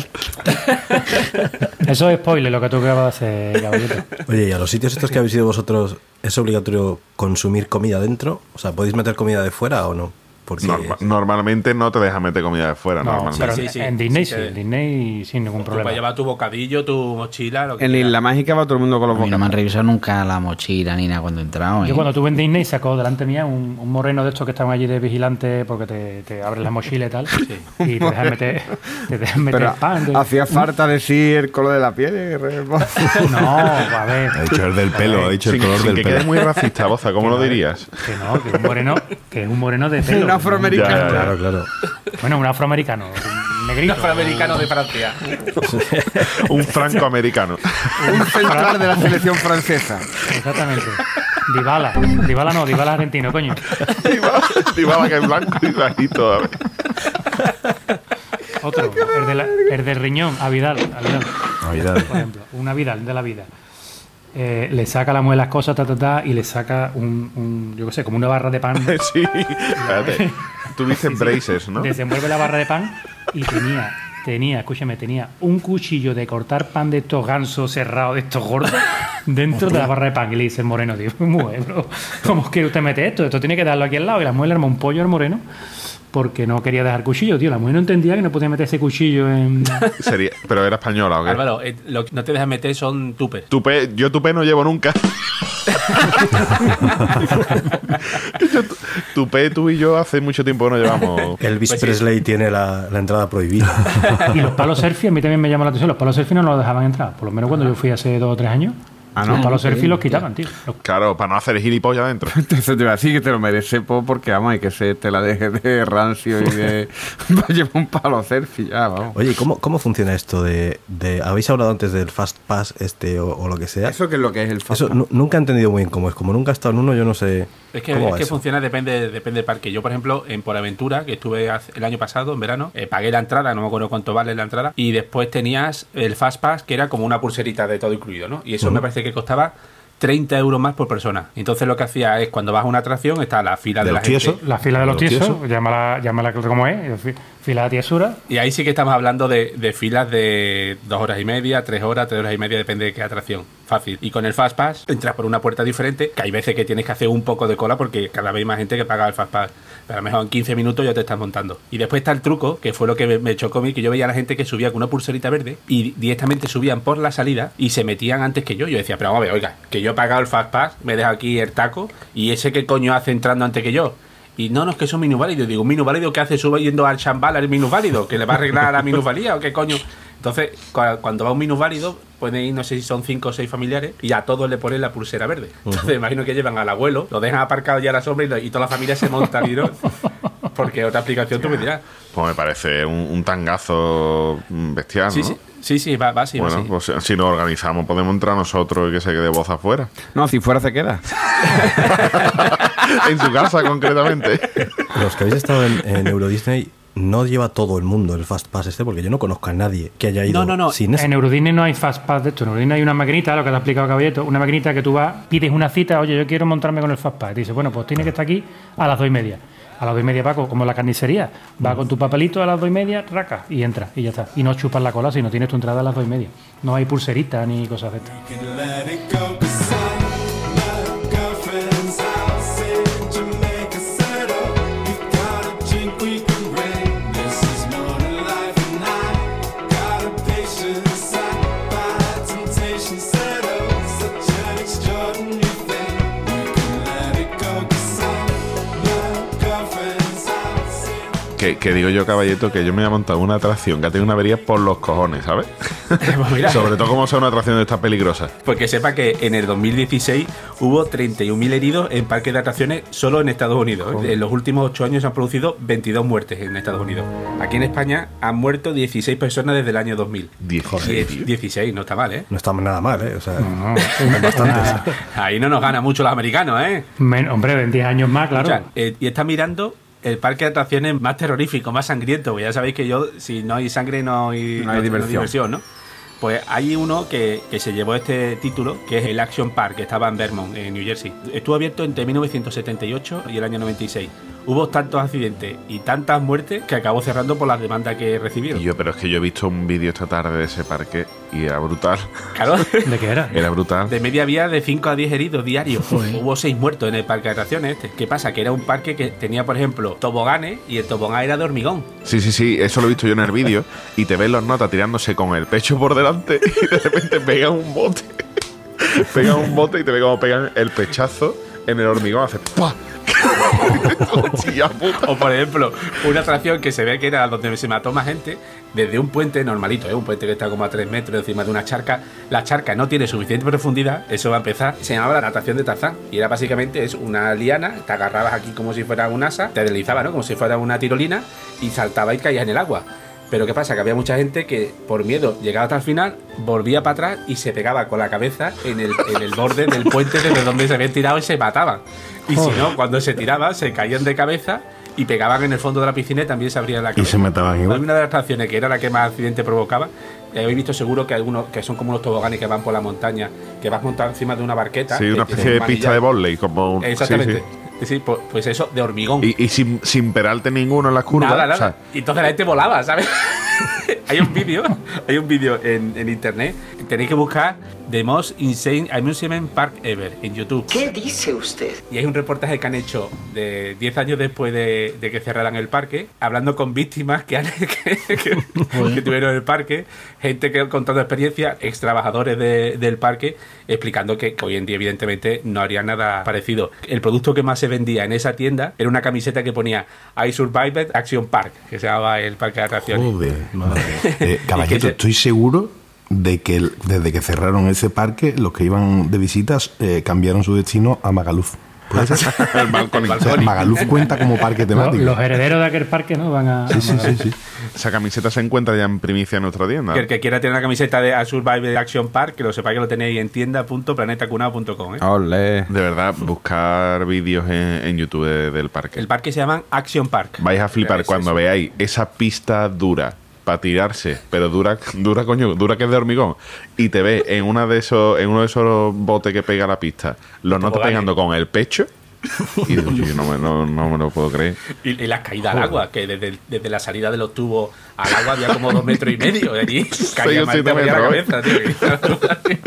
Speaker 6: Eso es spoiler lo que tú acabas de hacer, caballero.
Speaker 2: Oye, ¿y a los sitios estos que habéis ido vosotros es obligatorio consumir comida dentro? O sea, ¿podéis meter comida de fuera o no? Porque
Speaker 1: Norma- normalmente no te deja meter comida de fuera, normalmente.
Speaker 6: pero
Speaker 3: sí, sí.
Speaker 6: en Disney
Speaker 3: Sí,
Speaker 6: sí,
Speaker 3: sí.
Speaker 6: en Disney sin ningún
Speaker 3: Tú puedes
Speaker 6: problema.
Speaker 3: llevar tu bocadillo, tu mochila, lo que
Speaker 7: En
Speaker 3: quieras.
Speaker 7: Isla Mágica va todo el mundo con los
Speaker 10: A mí no
Speaker 7: bocas.
Speaker 10: me han revisado nunca la mochila ni nada cuando he entrado. ¿eh?
Speaker 6: Yo cuando estuve en Disney sacó delante mía un, un moreno de estos que estaban allí de vigilante porque te, te abren la mochila y tal. Y te dejan meter, te dejan meter
Speaker 7: Pero
Speaker 6: pan. de-
Speaker 7: hacía falta decir el color de la piel. eh, re-
Speaker 6: No, pues, a ver.
Speaker 4: Ha dicho el del pelo, ha dicho el
Speaker 1: Sin,
Speaker 4: color
Speaker 1: sin
Speaker 4: del
Speaker 1: que
Speaker 4: pelo.
Speaker 1: quede muy racista, Boza, ¿cómo lo dirías?
Speaker 6: Que no, que es un moreno, que es un moreno de pelo.
Speaker 7: Un afroamericano.
Speaker 1: Ya, ya,
Speaker 2: Claro, claro.
Speaker 6: Bueno, un afroamericano, un negrito.
Speaker 3: Un afroamericano de Francia.
Speaker 1: Un franco-americano.
Speaker 7: Un central de la selección francesa.
Speaker 6: Exactamente. Dibala. Dibala no, Dibala argentino, coño.
Speaker 1: y va, y va que es blanco y bajito. a ver.
Speaker 6: Otro, el, de la- el del riñón, a Vidal, a Vidal,
Speaker 4: Navidad.
Speaker 6: por ejemplo. Una Vidal de la vida. Eh, le saca a la mujer las cosas, ta, ta, ta, y le saca un, un yo qué sé, como una barra de pan.
Speaker 1: sí, espérate. Tú dices braces, ¿no?
Speaker 6: Desenvuelve la barra de pan y tenía tenía, escúchame, tenía un cuchillo de cortar pan de estos gansos cerrados, de estos gordos, dentro de la barra de pan. Y le dice el moreno, tío, muy bueno, ¿cómo es que usted mete esto? Esto tiene que darlo aquí al lado. Y la mujer le armó un pollo al moreno porque no quería dejar cuchillo, tío. La mujer no entendía que no podía meter ese cuchillo en...
Speaker 1: Sería, pero era española, ¿o qué?
Speaker 3: Álvaro, eh, lo que no te dejas meter son tupes.
Speaker 1: Tupé- yo tupé no llevo nunca. Yo tu- tupé tú y yo hace mucho tiempo que no llevamos.
Speaker 2: Elvis
Speaker 3: Pues sí.
Speaker 2: Presley tiene la, la entrada prohibida.
Speaker 6: Y los palos selfie, a mí también me llama la atención. Los palos selfie no los dejaban entrar. Por lo menos cuando yo fui hace dos o tres años,
Speaker 7: Ah, no.
Speaker 6: los palos
Speaker 7: Sí,
Speaker 6: selfie los quitaban, tío. Los-
Speaker 1: Claro, para no hacer gilipollas adentro.
Speaker 7: Entonces te va a decir que te lo merece po, porque vamos, hay que se te la deje de rancio y de. Va a llevar un palo selfie ya, vamos.
Speaker 2: Oye, ¿y ¿cómo, cómo funciona esto de, de- Habéis hablado antes del Fast Pass este o, o lo que sea.
Speaker 7: ¿Eso qué es lo que es el
Speaker 2: Eso
Speaker 7: famoso?
Speaker 2: nu- nunca he entendido muy bien cómo es. Como nunca he estado en uno, yo no sé.
Speaker 3: Es que,
Speaker 2: cómo
Speaker 3: es
Speaker 2: va
Speaker 3: que
Speaker 2: eso.
Speaker 3: funciona, depende, depende del parque. Yo, por ejemplo, en Por Aventura, que estuve hace- el año pasado, en verano, eh, pagué la entrada, no me acuerdo cuánto vale la entrada, y después tenías el Fast Pass, que era como una pulserita de todo incluido, ¿no? Y eso me parece que costaba 30 euros más por persona. Entonces lo que hacía es, cuando vas a una atracción, está la fila de,
Speaker 4: ¿De
Speaker 3: la
Speaker 4: los
Speaker 3: gente.
Speaker 4: tiesos?
Speaker 6: La fila de los
Speaker 4: Los tiesos.
Speaker 6: tiesos, llámala, llámala como es, fi- fila de tiesura.
Speaker 3: Y ahí sí que estamos hablando de, de filas de dos horas y media, tres horas, tres horas y media, depende de qué atracción. Fácil. Y con el Fast Pass entras por una puerta diferente, que hay veces que tienes que hacer un poco de cola porque cada vez hay más gente que paga el Fast Pass. Pero a lo mejor en 15 minutos ya te estás montando. Y después está el truco, que fue lo que me- me chocó a mí, que yo veía a la gente que subía con una pulserita verde y directamente subían por la salida y se metían antes que yo. Yo decía, pero vamos a ver, oiga, que yo he pagado el Fast Pass, me he dejado aquí el taco y ese que coño hace entrando antes que yo. Y no, no, es que son minusválidos. Digo, minusválido, ¿qué hace suba yendo al chambal al minusválido? ¿Que le va a arreglar la minusvalía o qué coño? Entonces, cua- cuando va un minusválido, pueden ir, no sé si son cinco o seis familiares, y a todos le ponen la pulsera verde. Entonces, imagino que llevan al abuelo, lo dejan aparcado ya a la sombra y, lo- y toda la familia se monta, ¿no? Porque otra aplicación tú me dirás.
Speaker 1: Pues me parece un, un tangazo mm, bestial,
Speaker 3: Sí,
Speaker 1: ¿no?
Speaker 3: sí, sí, sí, va, va, sí, va,
Speaker 1: bueno,
Speaker 3: sí.
Speaker 1: pues si nos organizamos, podemos entrar nosotros y que se quede voz afuera.
Speaker 7: No, si fuera se queda.
Speaker 1: en su casa, concretamente.
Speaker 2: Los que habéis estado en, en Euro Disney, no lleva todo el mundo el Fast Pass este, porque yo no conozco a nadie que haya ido
Speaker 3: No, no, no.
Speaker 2: sin ese.
Speaker 6: En Eurodisney no hay fast pass de esto. En Eurodisney hay una maquinita, lo que te ha explicado Caballeto, una maquinita que tú vas, pides una cita, oye, yo quiero montarme con el fast pass. Y te dice, bueno, pues tiene que estar aquí a las dos y media. A las dos y media, Paco, como la carnicería. Va con tu papelito a las dos y media, raca, y entra, y ya está. Y no chupas la cola si no tienes tu entrada a las dos y media. No hay pulserita ni cosas de estas.
Speaker 1: Que, que digo yo, caballeto, que yo me he montado una atracción que ha tenido una avería por los cojones, ¿sabes?
Speaker 3: Pues mira.
Speaker 1: Sobre todo como sea una atracción de estas peligrosas.
Speaker 3: Porque sepa Pues que en el 2016 hubo 31.000 heridos en parques de atracciones solo en Estados Unidos. En los últimos 8 años se han producido 22 muertes en Estados Unidos. Aquí en España han muerto 16 personas desde el año 2000.
Speaker 1: 16,
Speaker 3: Die-
Speaker 1: tío.
Speaker 3: 16, no está mal, ¿eh?
Speaker 2: No está nada mal, ¿eh? O sea,
Speaker 6: Mm.
Speaker 3: Ahí no nos gana mucho los americanos, ¿eh?
Speaker 6: Men- hombre, en 10 años más, claro.
Speaker 3: Escucha, eh, y está mirando el parque de atracciones más terrorífico, más sangriento, porque ya sabéis que yo, si no hay sangre, no hay,
Speaker 7: No hay diversión.
Speaker 3: ¿no? Pues hay uno que, que se llevó este título, que es el Action Park, que estaba en Vermont, en New Jersey. Estuvo abierto entre 1978 y el año 96. Hubo tantos accidentes y tantas muertes que acabó cerrando por las demandas que recibieron.
Speaker 1: Y yo, pero es que yo he visto un vídeo esta tarde de ese parque y era brutal.
Speaker 3: Claro,
Speaker 6: ¿De qué era?
Speaker 1: Era brutal.
Speaker 3: De media vía de 5 a 10 heridos diarios. Hubo 6 muertos en el parque de atracciones este. ¿Qué pasa? Que era un parque que tenía, por ejemplo, toboganes y el tobogán era de hormigón.
Speaker 1: Sí, sí, sí, eso lo he visto yo en el vídeo. Y te ves los notas tirándose con el pecho por delante y de repente pegan un bote. Pegan un bote y te ve como pegan el pechazo en el hormigón. Hace ¡pua! Hostia puta.
Speaker 3: O por ejemplo, una atracción que se ve que era donde se mató más gente, desde un puente normalito, ¿eh? un puente que está como a 3 metros encima de una charca. La charca no tiene suficiente profundidad, eso va a empezar. Se llamaba la natación de Tarzán. Y era básicamente es una liana, te agarrabas aquí como si fuera un asa, te deslizaba, ¿no? Como si fuera una tirolina y saltaba y caías en el agua. Pero ¿qué pasa? Que había mucha gente que por miedo llegaba hasta el final, volvía para atrás y se pegaba con la cabeza en el, en el borde del puente desde donde se habían tirado y se mataban. Y si no, cuando se tiraba, se caían de cabeza y pegaban en el fondo de la piscina y también se abría la cabeza.
Speaker 4: se mataban igual.
Speaker 3: Hay una de las atracciones que era la que más accidente provocaba. eh, Habéis visto seguro que algunos que son como los toboganes que van por la montaña, que vas montado encima de una barqueta.
Speaker 1: Sí,
Speaker 3: que-
Speaker 1: una
Speaker 3: que
Speaker 1: especie
Speaker 3: son
Speaker 1: de pista de
Speaker 3: manillas.
Speaker 1: volley. Como un, sí, sí.
Speaker 3: Exactamente. Sí, sí, pues, pues eso, de hormigón.
Speaker 1: Y, y sin, sin peralte ninguno en las curvas.
Speaker 3: Nada,
Speaker 1: o sea,
Speaker 3: nada. Y entonces la gente volaba, ¿sabes? hay un vídeo, hay un vídeo en, en internet. Tenéis que buscar The Most Insane Amusement Park Ever en YouTube.
Speaker 11: ¿Qué dice usted?
Speaker 3: Y hay un reportaje que han hecho de 10 años después de, de que cerraran el parque, hablando con víctimas que, han- que- que- que tuvieron el parque, gente que contando experiencia, ex trabajadores de- del parque, explicando que, que hoy en día, evidentemente, no haría nada parecido. El producto que más se vendía en esa tienda era una camiseta que ponía I Survived Action Park, que se llamaba el parque de atracciones.
Speaker 4: Joder.
Speaker 2: Madre.
Speaker 4: Eh, caballito,
Speaker 3: se-
Speaker 4: estoy seguro de que el- desde que cerraron ese parque, los que iban de visitas eh, cambiaron su destino a Magaluf. ¿Puede ser?
Speaker 1: El balcón.
Speaker 4: O sea, Magaluf cuenta como parque
Speaker 6: Los,
Speaker 4: temático.
Speaker 6: los herederos de aquel parque no van a.
Speaker 4: Sí, sí, sí, sí.
Speaker 1: Esa camiseta se encuentra ya en primicia en nuestra tienda.
Speaker 3: Que el que quiera tener una camiseta de A Survived Action Park, que lo sepáis que lo tenéis en tienda.planetacunao.com. ¿eh?
Speaker 1: Ah.
Speaker 7: Ole.
Speaker 1: De verdad, buscar vídeos en, en YouTube de- del parque.
Speaker 3: El parque se llama Action Park.
Speaker 1: Vais a flipar
Speaker 3: Es
Speaker 1: cuando
Speaker 3: eso.
Speaker 1: veáis esa pista dura para tirarse, pero dura, dura coño, dura que es de hormigón. Y te ves en una de esos, en uno de esos botes que pega la pista, lo notas
Speaker 3: Toboganes.
Speaker 1: pegando con el pecho. Y digo, "Yo no me, no- no me lo puedo creer.
Speaker 3: Y, y las caídas al agua, que desde, desde la salida de los tubos al agua había como dos metros y medio. Allí caía
Speaker 1: o
Speaker 3: más
Speaker 1: siete
Speaker 3: te moría la cabeza,
Speaker 1: metros.
Speaker 3: tío.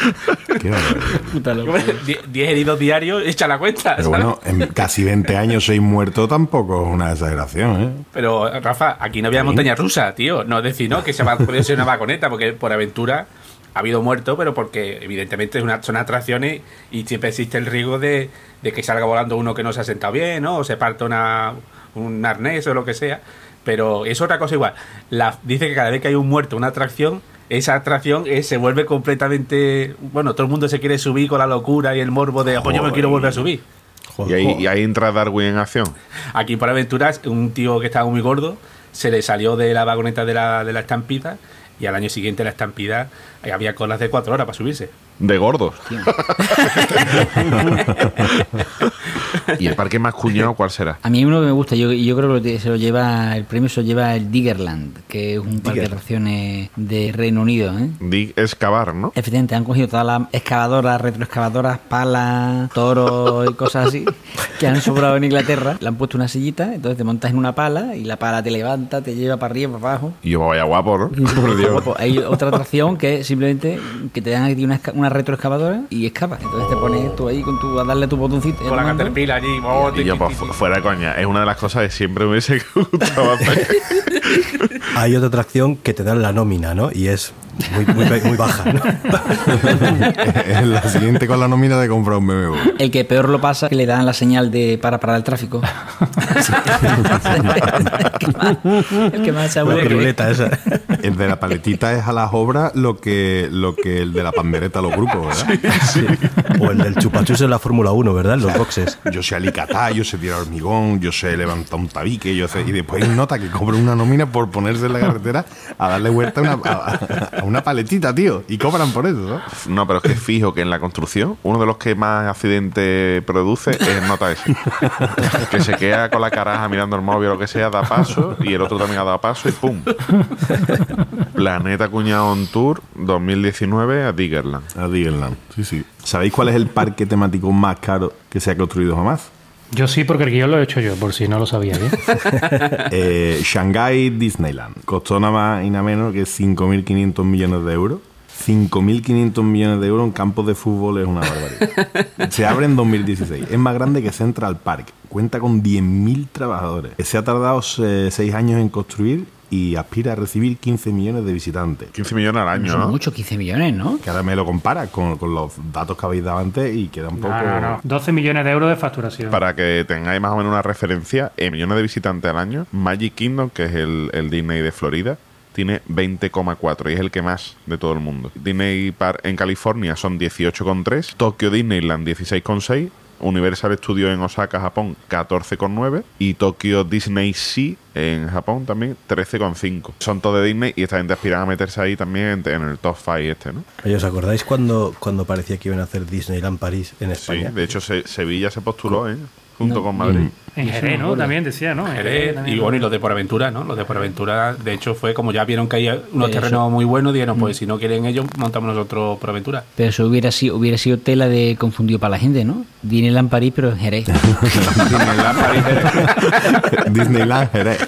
Speaker 4: Qué barbaridad.
Speaker 3: Die- Diez heridos diarios, echa la cuenta.
Speaker 4: Pero
Speaker 3: ¿sabes?
Speaker 4: bueno, en casi 20 años seis muertos tampoco es una exageración, ¿eh?
Speaker 3: Pero, Rafa, aquí no había montaña rusa, tío. No decir, no, que se va a poder ser una vagoneta, porque por aventura ha habido muerto, pero porque evidentemente es una, son atracciones y siempre existe el riesgo de, de que salga volando uno que no se ha sentado bien, ¿no? O se parta una, un arnés o lo que sea. Pero es otra cosa igual. La, dice que cada vez que hay un muerto, una atracción, esa atracción eh, se vuelve completamente. Bueno, todo el mundo se quiere subir con la locura y el morbo de, pues yo me quiero volver a subir.
Speaker 1: Y ahí, y ahí entra Darwin en acción.
Speaker 3: Aquí por aventuras, un tío que estaba muy gordo se le salió de la vagoneta de la, de la estampida y al año siguiente la estampida eh, había colas de cuatro horas para subirse.
Speaker 1: De gordos. ¿Y el parque más cuñado cuál será?
Speaker 10: A mí uno que me gusta, yo, yo creo que lo te- se lo lleva, el premio se lo lleva el Diggerland, que es un parque de atracciones de Reino Unido. ¿eh?
Speaker 1: Dig excavar, ¿no?
Speaker 10: Efectivamente, han cogido todas las excavadoras, retroexcavadoras, palas, toros y cosas así que han sobrado en Inglaterra. Le han puesto una sillita, entonces te montas en una pala y la pala te levanta, te lleva para arriba, para abajo.
Speaker 1: Y yo vaya guapo, ¿no? Por Dios.
Speaker 10: Pues hay otra atracción que es simplemente que te dan aquí una, esca- una retroexcavadora y excava. Entonces te pones tú ahí con tu, a darle tu botoncito.
Speaker 3: Con la
Speaker 10: al mando.
Speaker 3: caterpillar allí. oh, ti,
Speaker 1: Y yo,
Speaker 3: ti,
Speaker 1: pues,
Speaker 3: ti,
Speaker 1: fu-
Speaker 3: ti.
Speaker 1: fuera de coña, es una de las cosas que siempre me hubiese gustado hacer.
Speaker 2: Hay otra atracción que te dan la nómina, ¿no? Y es muy, muy, pe- muy baja, ¿no?
Speaker 4: Es la siguiente con la nómina de comprar un BMW.
Speaker 10: El que peor lo pasa es que le dan la señal de para parar el tráfico. el, que más, el que más se
Speaker 2: La
Speaker 10: aburre.
Speaker 2: piruleta esa.
Speaker 4: El de la paletita es a las obras lo que, lo que el de la pandereta a los grupos, ¿verdad?
Speaker 2: O el del chupachus en la Fórmula 1, ¿verdad? En los boxes.
Speaker 4: Yo sé alicatar, yo sé tirar hormigón, yo sé levantar un tabique, yo sé. Y después hay nota que cobra una nómina por ponerse en la carretera a darle vuelta a una, a- a una paletita, tío. Y cobran por eso, ¿no?
Speaker 1: No, pero es que fijo que en la construcción uno de los que más accidentes produce es nota ese. que se queda con la caraja mirando el móvil o lo que sea, da paso y el otro también ha dado paso y ¡pum! Planeta Cuñado on Tour 2019 a Diggerland.
Speaker 4: A Diggerland. Ah, Sí, sí. ¿Sabéis cuál es el parque temático más caro que se ha construido jamás?
Speaker 6: Yo sí, porque el guión lo he hecho yo, por si no lo sabía bien.
Speaker 4: Eh, Shanghai Disneyland. Costó nada más y nada menos que 5.500 millones de euros. 5.500 millones de euros en campos de fútbol es una barbaridad. Se abre en 2016. Es más grande que Central Park. Cuenta con 10.000 trabajadores. Se ha tardado 6 años en construir y aspira a recibir 15 millones de visitantes.
Speaker 1: 15 millones al año,
Speaker 10: Son
Speaker 1: ¿no?
Speaker 10: muchos, 15 millones, ¿no?
Speaker 4: Que ahora me lo compara con, con los datos que habéis dado antes y queda un poco...
Speaker 6: No, no, no. 12 millones de euros de facturación.
Speaker 1: Para que tengáis más o menos una referencia, en millones de visitantes al año, Magic Kingdom, que es el, el Disney de Florida, tiene 20,4 y es el que más de todo el mundo. Disney Park en California son 18,3, Tokyo Disneyland 16,6. Universal Studios en Osaka, Japón, 14,9 y Tokyo Disney Sea en Japón también, 13,5. Son todos de Disney y esta gente aspira a meterse ahí también en en el top 5 este, ¿no?
Speaker 2: Oye, ¿os acordáis cuando, cuando parecía que iban a hacer Disneyland París en
Speaker 1: Sí,
Speaker 2: España?
Speaker 1: de hecho se- Sevilla se postuló, ¿eh? Junto con Madrid.
Speaker 6: En Jerez, ¿no? También decía, ¿no? En
Speaker 3: Jerez,
Speaker 1: eh,
Speaker 6: también.
Speaker 3: Eh, y bueno, y los de por aventura, ¿no? Los de por aventura, de hecho, fue como ya vieron que hay unos
Speaker 10: De
Speaker 3: terrenos muy buenos, dijeron,
Speaker 1: Mm.
Speaker 3: pues si no quieren ellos, montamos nosotros por aventura.
Speaker 10: Pero eso hubiera sido, hubiera sido tela de confundido para la gente, ¿no? Disneyland París, pero en Jerez.
Speaker 4: Disneyland Jerez.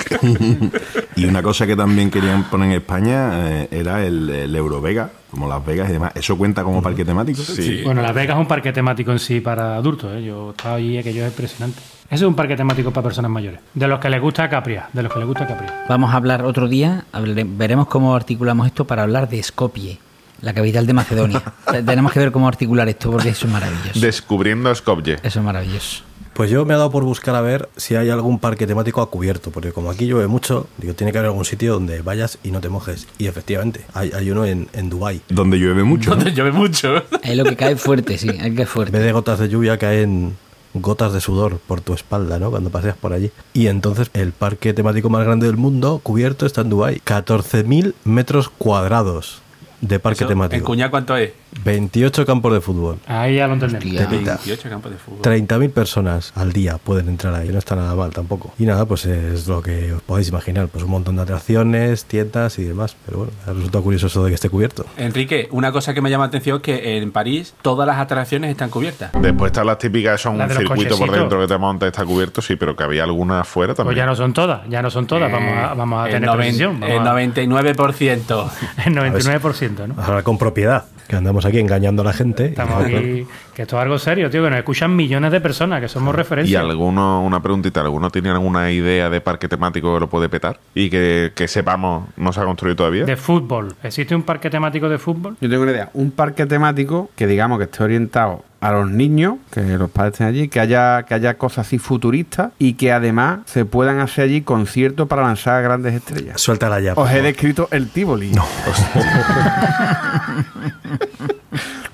Speaker 4: Y una cosa que también querían poner en España eh, era el, el Eurovega, como Las Vegas y demás. ¿Eso cuenta como parque temático?
Speaker 3: Sí.
Speaker 6: Bueno, Las Vegas es un parque temático en sí para adultos. ¿eh? Yo he estado allí, aquello es impresionante. Ese es un parque temático para personas mayores. De los que les gusta Capria. De los que les gusta Capria.
Speaker 10: Vamos a hablar otro día, hablare- veremos cómo articulamos esto para hablar de Skopje, la capital de Macedonia. Te- Tenemos que ver cómo articular esto porque eso es maravilloso.
Speaker 1: Descubriendo a Skopje.
Speaker 10: Eso es maravilloso.
Speaker 2: Pues yo me he dado por buscar a ver si hay algún parque temático a cubierto, porque como aquí llueve mucho, digo, tiene que haber algún sitio donde vayas y no te mojes. Y efectivamente, hay, hay uno en, en Dubái.
Speaker 4: Donde llueve mucho. ¿no?
Speaker 3: Donde llueve mucho.
Speaker 10: Ahí lo que cae fuerte, sí, hay que
Speaker 2: En
Speaker 10: fuerte.
Speaker 2: vez de gotas de lluvia caen gotas de sudor por tu espalda, ¿no? Cuando paseas por allí. Y entonces el parque temático más grande del mundo, cubierto, está en Dubái. 14.000 metros cuadrados de parque
Speaker 3: Eso, ¿En
Speaker 2: temático.
Speaker 3: Cuñá cuánto es?
Speaker 2: 28 campos de fútbol.
Speaker 6: Ahí ya lo entendemos.
Speaker 10: Hostia.
Speaker 3: 28 campos de fútbol.
Speaker 2: 30.000 personas al día pueden entrar ahí, no está nada mal tampoco. Y nada, pues es lo que os podéis imaginar, pues un montón de atracciones, tiendas y demás. Pero bueno, ha resultado curioso eso de que esté cubierto.
Speaker 3: Enrique, una cosa que me llama la atención es que en París todas las atracciones están cubiertas.
Speaker 1: Después están las típicas, son
Speaker 6: Las
Speaker 1: un
Speaker 6: de los
Speaker 1: circuito por
Speaker 6: cochecitos.
Speaker 1: dentro que te monta, está cubierto, sí, pero que había alguna afuera
Speaker 6: Pues
Speaker 1: también.
Speaker 6: ya no son todas, ya no son todas. Vamos a, vamos a
Speaker 3: Eh, El
Speaker 6: tener
Speaker 3: noven-
Speaker 6: precisión.
Speaker 3: El
Speaker 6: Vamos a-
Speaker 3: 99%.
Speaker 6: el 99%, ¿no?
Speaker 2: Ahora con propiedad, que andamos aquí engañando a la gente.
Speaker 6: Estamos aquí. Que esto es algo serio, tío, que nos escuchan millones de personas, que somos
Speaker 1: Y
Speaker 6: referencia.
Speaker 1: alguno, una preguntita, ¿alguno tiene alguna idea de parque temático que lo puede petar? Y que, que sepamos, no se ha construido todavía.
Speaker 6: De fútbol. ¿Existe un parque temático de fútbol?
Speaker 7: Yo tengo una idea. Un parque temático que digamos que esté orientado a los niños, que los padres estén allí, que haya, que haya cosas así futuristas y que además se puedan hacer allí conciertos para lanzar a grandes estrellas.
Speaker 2: Suéltala ya. por
Speaker 7: Os he
Speaker 2: favor.
Speaker 7: descrito el Tivoli.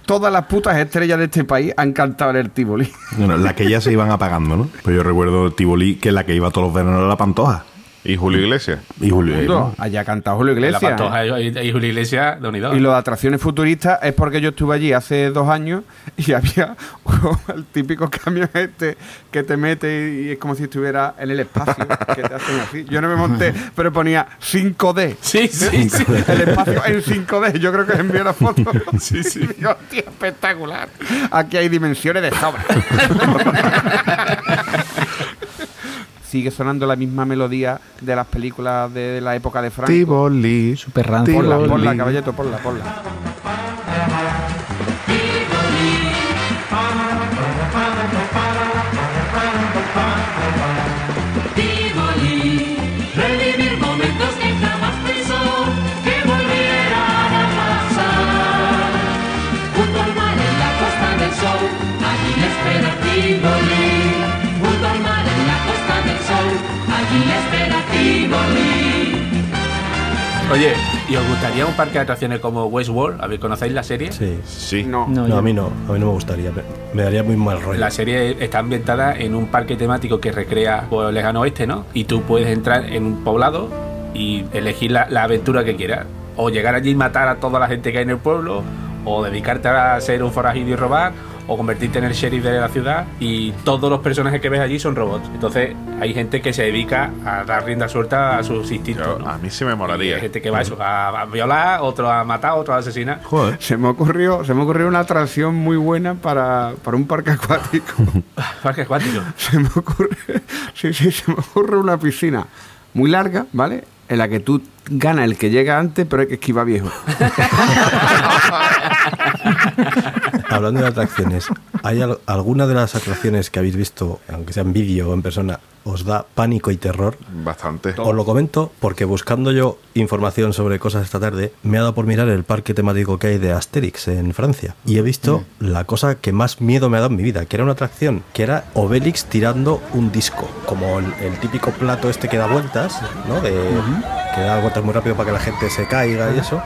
Speaker 7: Todas las putas estrellas de este país han cantado en el Tivoli.
Speaker 4: Bueno, las que ya se iban apagando, ¿no? Pues yo recuerdo el Tibolí, que la que iba todos los veranos era la Pantoja.
Speaker 1: Y Julio Iglesias.
Speaker 4: Y Julio.
Speaker 7: Mundo, Allá ha cantado Julio
Speaker 3: En La
Speaker 7: Iglesias. ¿eh?
Speaker 3: Pantoja y y Julio Iglesias, de unido.
Speaker 7: Y lo de atracciones futuristas es porque yo estuve allí hace dos años y había el típico camión este que te mete y es como si estuviera en el espacio, que te hacen así. Yo no me monté, pero ponía 5D.
Speaker 3: Sí, sí, sí.
Speaker 7: El espacio en 5D, yo creo que les envié la foto. Sí, sí. Hostia, espectacular. Aquí hay dimensiones de sobra. Sigue sonando la misma melodía de las películas de la época de Franco.
Speaker 1: Tivoli.
Speaker 10: Súper rancio.
Speaker 7: Ponla,
Speaker 1: Tivoli.
Speaker 7: ponla, caballeto, ponla, ponla.
Speaker 9: Tivoli, revivir momentos que jamás pensó que volvieran a pasar. Junto al mar en la costa del sol, allí le espera Tivoli. Junto al mar en la costa del sol, allí le espera Tivoli.
Speaker 3: Oye, ¿y os gustaría un parque de atracciones como Westworld? A ver, ¿conocéis la serie?
Speaker 2: Sí.
Speaker 1: Sí.
Speaker 7: No.
Speaker 10: No,
Speaker 2: No,
Speaker 10: yo-
Speaker 2: a mí no, a mí no me gustaría. me- Me daría muy mal rollo.
Speaker 3: Pues La serie está ambientada en un parque temático que recrea pues, el lejano oeste, ¿no? Y tú puedes entrar en un poblado y elegir la, la aventura que quieras. O llegar allí y matar a toda la gente que hay en el pueblo, o dedicarte a ser un forajido y robar, o convertirte en el sheriff de la ciudad. Y todos los personajes que ves allí son robots. Entonces hay gente que se dedica a dar rienda suelta a sus instintos.
Speaker 1: Yo- ah,
Speaker 3: ¿no?
Speaker 1: a mí se me
Speaker 3: Y hay
Speaker 1: moraría.
Speaker 3: gente que va a eso, a, a violar, otro a matar, otro a asesinar.
Speaker 4: Joder.
Speaker 7: Se me ocurrió, se me ocurrió una atracción muy buena para, para un parque acuático.
Speaker 3: Parque acuático.
Speaker 7: se me ocurre, sí, sí, se me ocurre una piscina muy larga, ¿vale? En la que tú gana el que llega antes, pero hay que esquivar viejo.
Speaker 2: Hablando de atracciones, ¿hay al- alguna de las atracciones que habéis visto, aunque sea en vídeo o en persona, os da pánico y terror?
Speaker 1: Bastante.
Speaker 2: Os lo comento porque buscando yo información sobre cosas esta tarde, me ha dado por mirar el parque temático que hay de Asterix en Francia. Y he visto la cosa que más miedo me ha dado en mi vida, que era una atracción, que era Obelix tirando un disco, como el, el típico plato este que da vueltas, ¿no? De, Que da vueltas muy rápido para que la gente se caiga y eso.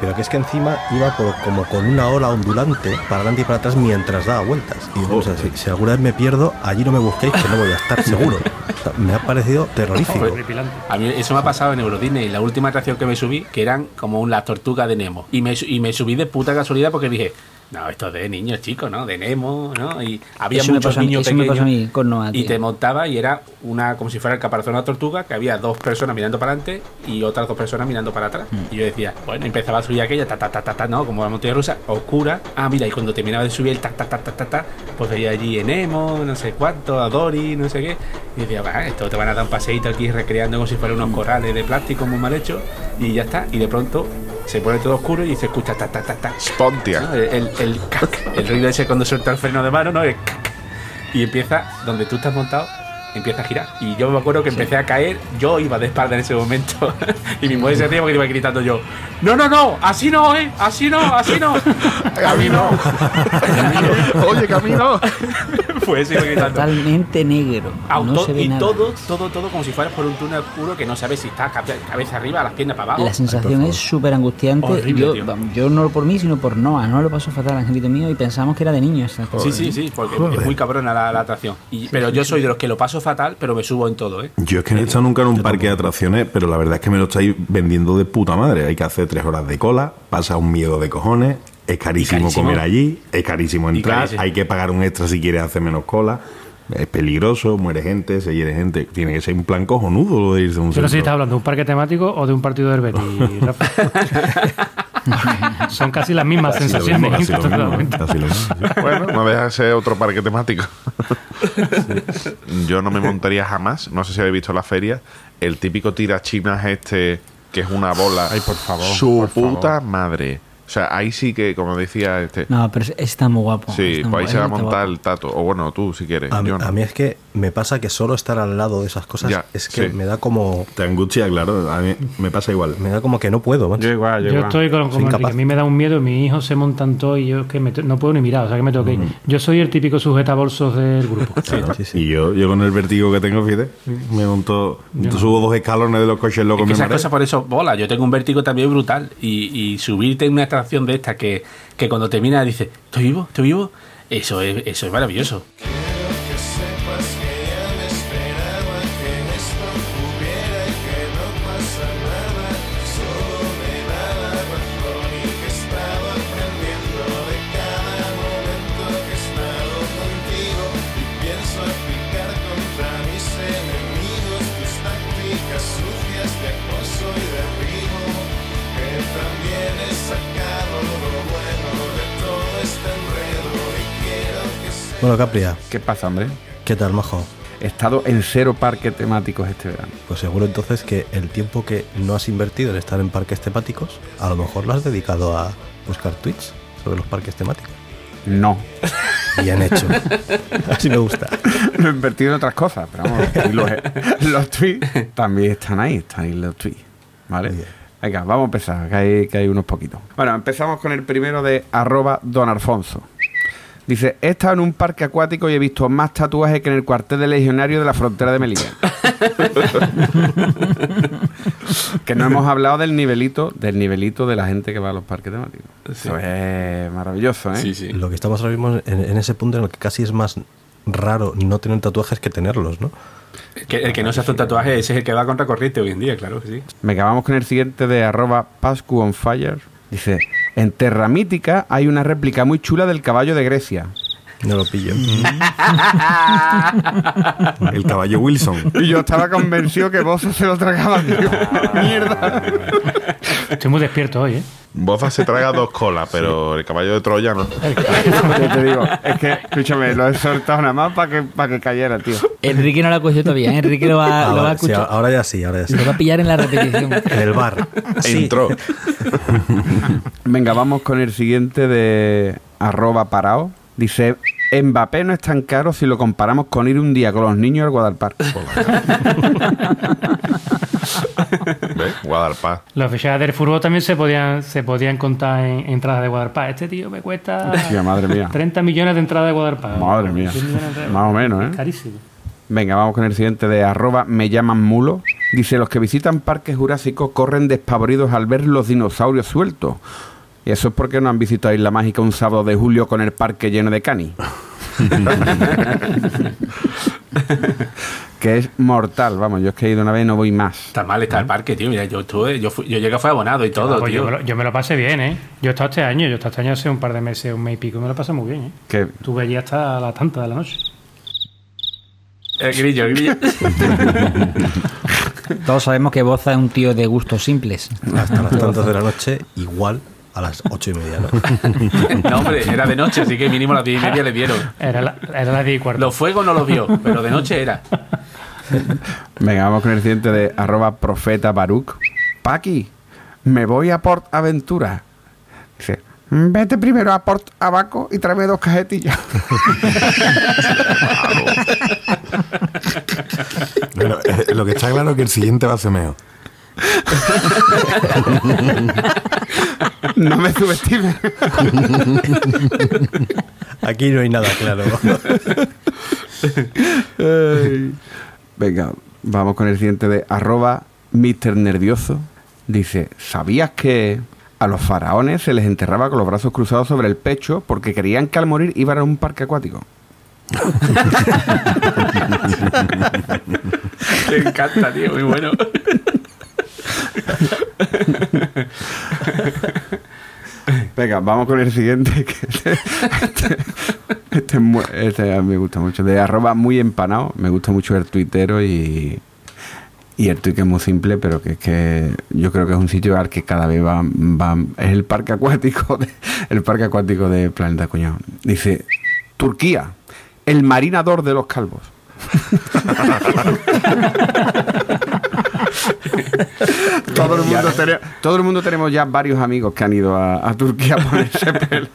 Speaker 2: Pero que es que encima iba por- como con una ola ondulante para adelante y para atrás mientras daba vueltas. Y digo, o sea, si, si alguna vez me pierdo, allí no me busquéis, que no voy a estar seguro. O sea, me ha parecido terrorífico.
Speaker 6: Horripilante.
Speaker 3: A mí eso me ha pasado en Euro Disney, la última atracción que me subí, que eran como las tortugas de Nemo. Y me, su- y me subí de puta casualidad porque dije, No, esto de niños chicos, ¿no? De Nemo, ¿no? Y había
Speaker 10: Eso me
Speaker 3: muchos
Speaker 10: pasó a mí-
Speaker 3: niños
Speaker 10: eso me pasó a mí
Speaker 3: pequeños
Speaker 10: con Noah,
Speaker 3: y
Speaker 10: tío.
Speaker 3: te montaba y era una como si fuera el caparazón de una tortuga que había dos personas mirando para adelante y otras dos personas mirando para atrás. Y yo decía, bueno, empezaba a subir aquella ta ta ta ta ta, no, como la montaña rusa oscura. Ah, mira, y cuando terminaba de subir el ta ta ta ta ta, ta, pues veía allí en Nemo, no sé cuánto, a Dory, no sé qué. Y decía, va, esto te van a dar un paseíto aquí recreando como si fueran unos corales de plástico muy mal hecho y ya está. Y de pronto se pone todo oscuro y se escucha ta ta ta ta.
Speaker 1: Spontia.
Speaker 3: ¿no? El, el, el cac, el ruido ese cuando suelta el freno de mano, ¿no? El cac. Y empieza, donde tú estás montado, empieza a girar. Y yo me acuerdo que empecé a caer, yo iba de espalda en ese momento. y mi mujer se hacía porque iba gritando yo, no, no, no, así no, ¿eh? Así no, así no.
Speaker 1: Camino. Oye, Camino.
Speaker 3: pues iba gritando.
Speaker 10: Totalmente negro.
Speaker 3: Auto-
Speaker 10: no se ve
Speaker 3: y
Speaker 10: nada.
Speaker 3: todo, todo, todo como si fueras por un túnel oscuro que no sabes si está cabe- cabeza arriba, las piernas para abajo.
Speaker 10: La sensación es súper angustiante.
Speaker 3: Horrible,
Speaker 10: yo,
Speaker 3: tío.
Speaker 10: vamos, yo no por mí, sino por Noah. No lo pasó fatal, angelito mío, y pensamos que era de niño. esa cosa.
Speaker 3: Sí, sí, sí, porque es muy cabrona la, la atracción. Y- pero yo soy de los que lo paso fatal, pero me subo en todo, ¿eh?
Speaker 4: Yo es que no he estado nunca en un parque de atracciones, pero la verdad es que me lo estáis vendiendo de puta madre. Hay que hacer tres horas de cola, pasa un miedo de cojones, es carísimo,
Speaker 3: carísimo.
Speaker 4: comer allí, es carísimo entrar,
Speaker 3: carísimo.
Speaker 4: hay que pagar un extra si quieres hacer menos cola. Es peligroso, muere gente, se hiere gente. Tiene que ser un plan cojonudo lo de irse a un
Speaker 6: Yo no sé si estás
Speaker 4: centro.
Speaker 6: hablando de un parque temático o de un partido del Betis, Rafa. Son casi las mismas
Speaker 4: Casi lo mismo,
Speaker 6: sensaciones.
Speaker 4: casi lo
Speaker 6: ¿te has dado
Speaker 4: mismo, ¿eh?
Speaker 6: cuenta?
Speaker 4: casi lo mismo.
Speaker 1: Bueno, no deja de ser otro parque temático. Yo no me montaría jamás, no sé si habéis visto la feria, el típico tirachinas este que es una bola.
Speaker 7: Ay, por favor,
Speaker 1: Su
Speaker 7: por favor.
Speaker 1: puta madre. O sea, ahí sí que, como decía este.
Speaker 10: No, pero está muy guapo.
Speaker 1: sí,
Speaker 10: está muy
Speaker 1: pues ahí
Speaker 10: guapo,
Speaker 1: se va a
Speaker 10: está
Speaker 1: montar
Speaker 10: guapo.
Speaker 1: el tato. O bueno, tú si quieres.
Speaker 2: A, mí-
Speaker 1: yo no.
Speaker 2: a mí es que me pasa que solo estar al lado de esas cosas
Speaker 1: Ya,
Speaker 2: es que
Speaker 1: sí.
Speaker 2: me da como
Speaker 4: Te angustia, claro. A mí me pasa igual.
Speaker 2: me da como que no puedo. macho.
Speaker 7: Yo igual, yo,
Speaker 6: Yo
Speaker 7: igual.
Speaker 6: estoy
Speaker 2: Soy
Speaker 6: con, como Enrique.
Speaker 2: incapaz.
Speaker 6: A mí me da un miedo. Mis hijos se montan todo y yo es que me te- no puedo ni mirar. O sea que me tengo que ir. Yo soy el típico sujetabolsos del grupo.
Speaker 2: Claro, sí, sí.
Speaker 4: Y yo, yo con el vertigo que tengo, fíjate, me monto, subo dos escalones de los coches locos,
Speaker 3: Es que
Speaker 4: me
Speaker 3: esas
Speaker 4: mareo.
Speaker 3: cosas por eso bola. Yo tengo un vértigo también brutal. Y, y subirte en una atracción de esta que, que cuando termina dices, ¿estoy vivo? ¿Estoy vivo? Eso es, eso es maravilloso. ¿eh?
Speaker 2: Bueno, Capria,
Speaker 7: ¿Qué pasa, Andrés?
Speaker 2: ¿qué tal, majo?
Speaker 7: He estado en cero parques temáticos este verano.
Speaker 2: Pues seguro entonces que el tiempo que no has invertido en estar en parques temáticos, a lo mejor lo has dedicado a buscar tweets sobre los parques temáticos.
Speaker 7: No.
Speaker 2: Bien hecho. Así me gusta.
Speaker 7: Lo he invertido en otras cosas, pero vamos, y los, los tweets también están ahí, están ahí los tweets. ¿Vale?
Speaker 2: Bien.
Speaker 7: Venga, vamos a empezar, que hay, que hay unos poquitos. Bueno, empezamos con el primero de arroba don Alfonso. Dice, he estado en un parque acuático y he visto más tatuajes que en el cuartel de legionario de la frontera de Melilla. que no hemos hablado del nivelito, del nivelito de la gente que va a los parques temáticos. Eso es maravilloso, ¿eh?
Speaker 3: sí.
Speaker 2: Lo que estamos ahora mismo en, en ese punto en el que casi es más raro no tener tatuajes que tenerlos, ¿no?
Speaker 3: El que, el que no se hace un tatuaje, ese es el que va contra corriente hoy en día, claro que sí.
Speaker 7: Me acabamos con el siguiente de arroba Pascu on Fire. Dice, en Terra Mítica hay una réplica muy chula del caballo de Grecia.
Speaker 2: No lo pillo.
Speaker 4: El caballo Wilson.
Speaker 7: Y yo estaba convencido que vos se lo tragaba, tío. Mierda.
Speaker 6: Estoy muy despierto hoy, ¿eh?
Speaker 1: Boza se traga dos colas, pero el caballo de Troya no.
Speaker 7: Yo te digo, es que, escúchame, lo he soltado nada más para que, para que cayera, tío.
Speaker 10: Enrique no lo ha cogido todavía. ¿eh? Enrique lo va,
Speaker 2: Ah,
Speaker 10: lo va a
Speaker 2: vale, sí,
Speaker 10: escuchar.
Speaker 2: ahora ya sí, ahora ya sí.
Speaker 10: Lo va a pillar en la repetición.
Speaker 2: En el bar. Sí.
Speaker 1: Entró.
Speaker 7: Venga, vamos con el siguiente de arroba parao. Dice, Mbappé no es tan caro si lo comparamos con ir un día con los niños al Guadalpar.
Speaker 1: ¿Ves? Guadalpar.
Speaker 6: Los fichajes del fútbol también se podían, se podían contar en entradas de Guadalpá. Este tío me cuesta
Speaker 7: Tía, madre mía.
Speaker 6: 30 millones de entradas de Guadalpá.
Speaker 7: Madre mía.
Speaker 6: 100 millones de entradas.
Speaker 7: Más o menos, ¿eh?
Speaker 6: Carísimo.
Speaker 7: Venga, vamos con el siguiente de arroba me llaman mulo. Dice, los que visitan parques jurásicos corren despavoridos al ver los dinosaurios sueltos. Y eso es porque no han visitado Isla Mágica un sábado de julio con el parque lleno de canis. que es mortal, vamos, yo es que he ido una vez y no voy más.
Speaker 3: Está mal está el parque, tío. Mira, yo estuve, yo, fui- yo llegué fue abonado y todo,
Speaker 6: Ah, pues yo,
Speaker 3: tío.
Speaker 6: me lo, yo me lo pasé bien, ¿eh? Yo he estado este año, yo he estado este año hace un par de meses, un mes y pico, y me lo pasé muy bien, ¿eh?
Speaker 7: Que
Speaker 6: Estuve allí hasta las tantas de la noche.
Speaker 3: El grillo, el grillo.
Speaker 10: Todos sabemos que Boza es un tío de gustos simples.
Speaker 2: Hasta las tantas de la noche, igual a las ocho y media. ¿no?
Speaker 3: No, hombre, era de noche, así que mínimo las diez y media le dieron.
Speaker 6: Era, la- era las 10 y cuarto.
Speaker 3: Los fuegos no los vio, pero de noche era.
Speaker 7: Venga, vamos con el siguiente de arroba profeta Baruch. Paqui, me voy a Port Aventura. Dice, vete primero a Port Abaco y tráeme dos cajetillas.
Speaker 4: Bueno, eh, lo que está claro es que el siguiente va a ser mejor.
Speaker 7: no me subestimes.
Speaker 2: Aquí no hay nada claro.
Speaker 7: Ay. Venga, vamos con el siguiente de arroba Mr. Nervioso. Dice, ¿sabías que a los faraones se les enterraba con los brazos cruzados sobre el pecho porque creían que al morir iban a un parque acuático?
Speaker 3: Me encanta, tío, muy bueno.
Speaker 7: Venga, vamos con el siguiente. que este, este- este es mu- este me gusta mucho. De arroba muy empanado. Me gusta mucho el tuitero y, y el tuit que es muy simple, pero que es que yo creo que es un sitio al que cada vez va, va- es el parque acuático de, el parque acuático de Planeta Cuñado. Dice Turquía, el marinador de los calvos. todo, el mundo tene- todo el mundo tenemos ya varios amigos que han ido a, a Turquía a ponerse pelo.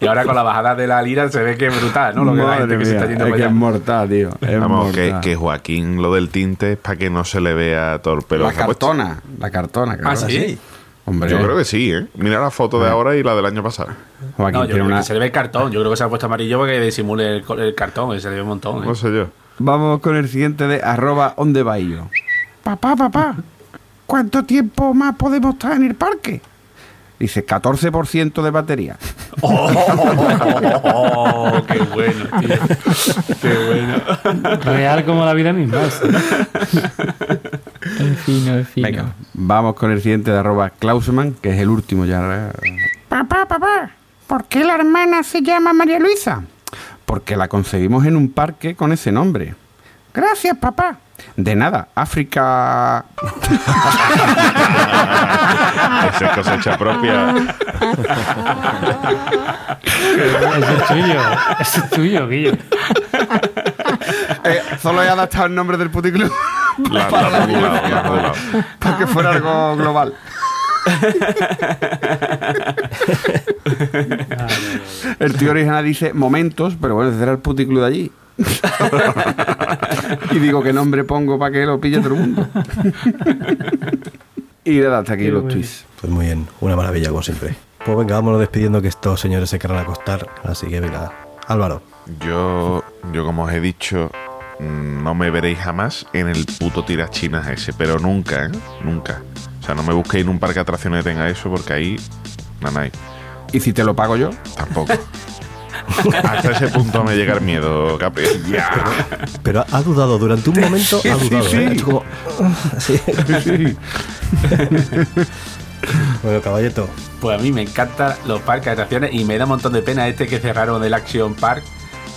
Speaker 3: Y ahora con la bajada de la lira se ve que es brutal, ¿no? Lo que la
Speaker 7: Madre
Speaker 3: gente que se
Speaker 7: mía,
Speaker 3: está yendo
Speaker 7: es
Speaker 3: para
Speaker 7: que es
Speaker 3: allá.
Speaker 7: mortal, tío. Es
Speaker 1: Vamos, que,
Speaker 7: mortal.
Speaker 1: que Joaquín lo del tinte es para que no se le vea todo el pelo.
Speaker 7: la
Speaker 1: que se ha puesto.
Speaker 7: cartona, la cartona, cabrón.
Speaker 3: Ah, sí.
Speaker 7: Hombre,
Speaker 1: Yo creo que sí, ¿eh? Mira la foto de ahora y la del año pasado.
Speaker 7: Joaquín
Speaker 3: No, yo
Speaker 7: tiene
Speaker 3: creo
Speaker 7: una...
Speaker 3: que se le ve el cartón. Yo creo que se ha puesto amarillo para que disimule el, co- el cartón. que Se le ve un montón. ¿eh?
Speaker 7: Pues-
Speaker 1: No sé yo.
Speaker 7: Vamos con el siguiente de arroba ondebaillo. Papá, papá, ¿cuánto tiempo más podemos estar en el parque? Dice 14% de batería.
Speaker 3: Oh, qué bueno, tío. Qué bueno.
Speaker 6: Real como la vida misma. eso.
Speaker 10: En fin, en fin.
Speaker 7: Venga, vamos con el siguiente de arroba Klausman, que es el último ya. Papá, papá, ¿por qué la hermana se llama María Luisa? Porque la conseguimos en un parque con ese nombre. Gracias, papá. De nada, África.
Speaker 1: Eso Ah. es cosecha propia.
Speaker 6: Eso es tuyo. Eso es tuyo, Guillo.
Speaker 7: Eh, solo he adaptado el nombre del puticlub
Speaker 1: La, la modulado, la modulado.
Speaker 7: para que fuera algo global. El tío original dice momentos, pero bueno, ese era el puticlub de allí. y digo, ¿qué nombre pongo para que lo pille todo el mundo? y nada, hasta aquí los tweets.
Speaker 2: Pues muy bien, una maravilla como siempre. Pues venga, vámonos despidiendo que estos señores se querrán acostar. Así que venga, Álvaro.
Speaker 1: Yo, yo como os he dicho, mm, no me veréis jamás en el puto tirachinas ese, pero nunca, ¿eh? Nunca. O sea, no me busquéis en un parque de atracciones que tenga eso, porque ahí, nanay,
Speaker 7: ¿Y si te lo pago yo?
Speaker 1: tampoco. Hasta ese punto me llega el miedo, Capi. Ya.
Speaker 2: Pero ha- ha dudado durante un momento, ha
Speaker 7: Sí,
Speaker 2: dudado.
Speaker 7: sí,
Speaker 2: ¿eh? Ha
Speaker 7: sí.
Speaker 2: hecho como- Sí. bueno, caballeto,
Speaker 3: Pues a mí me encantan los parques de atracciones y me da un montón de pena este que cerraron del Action Park.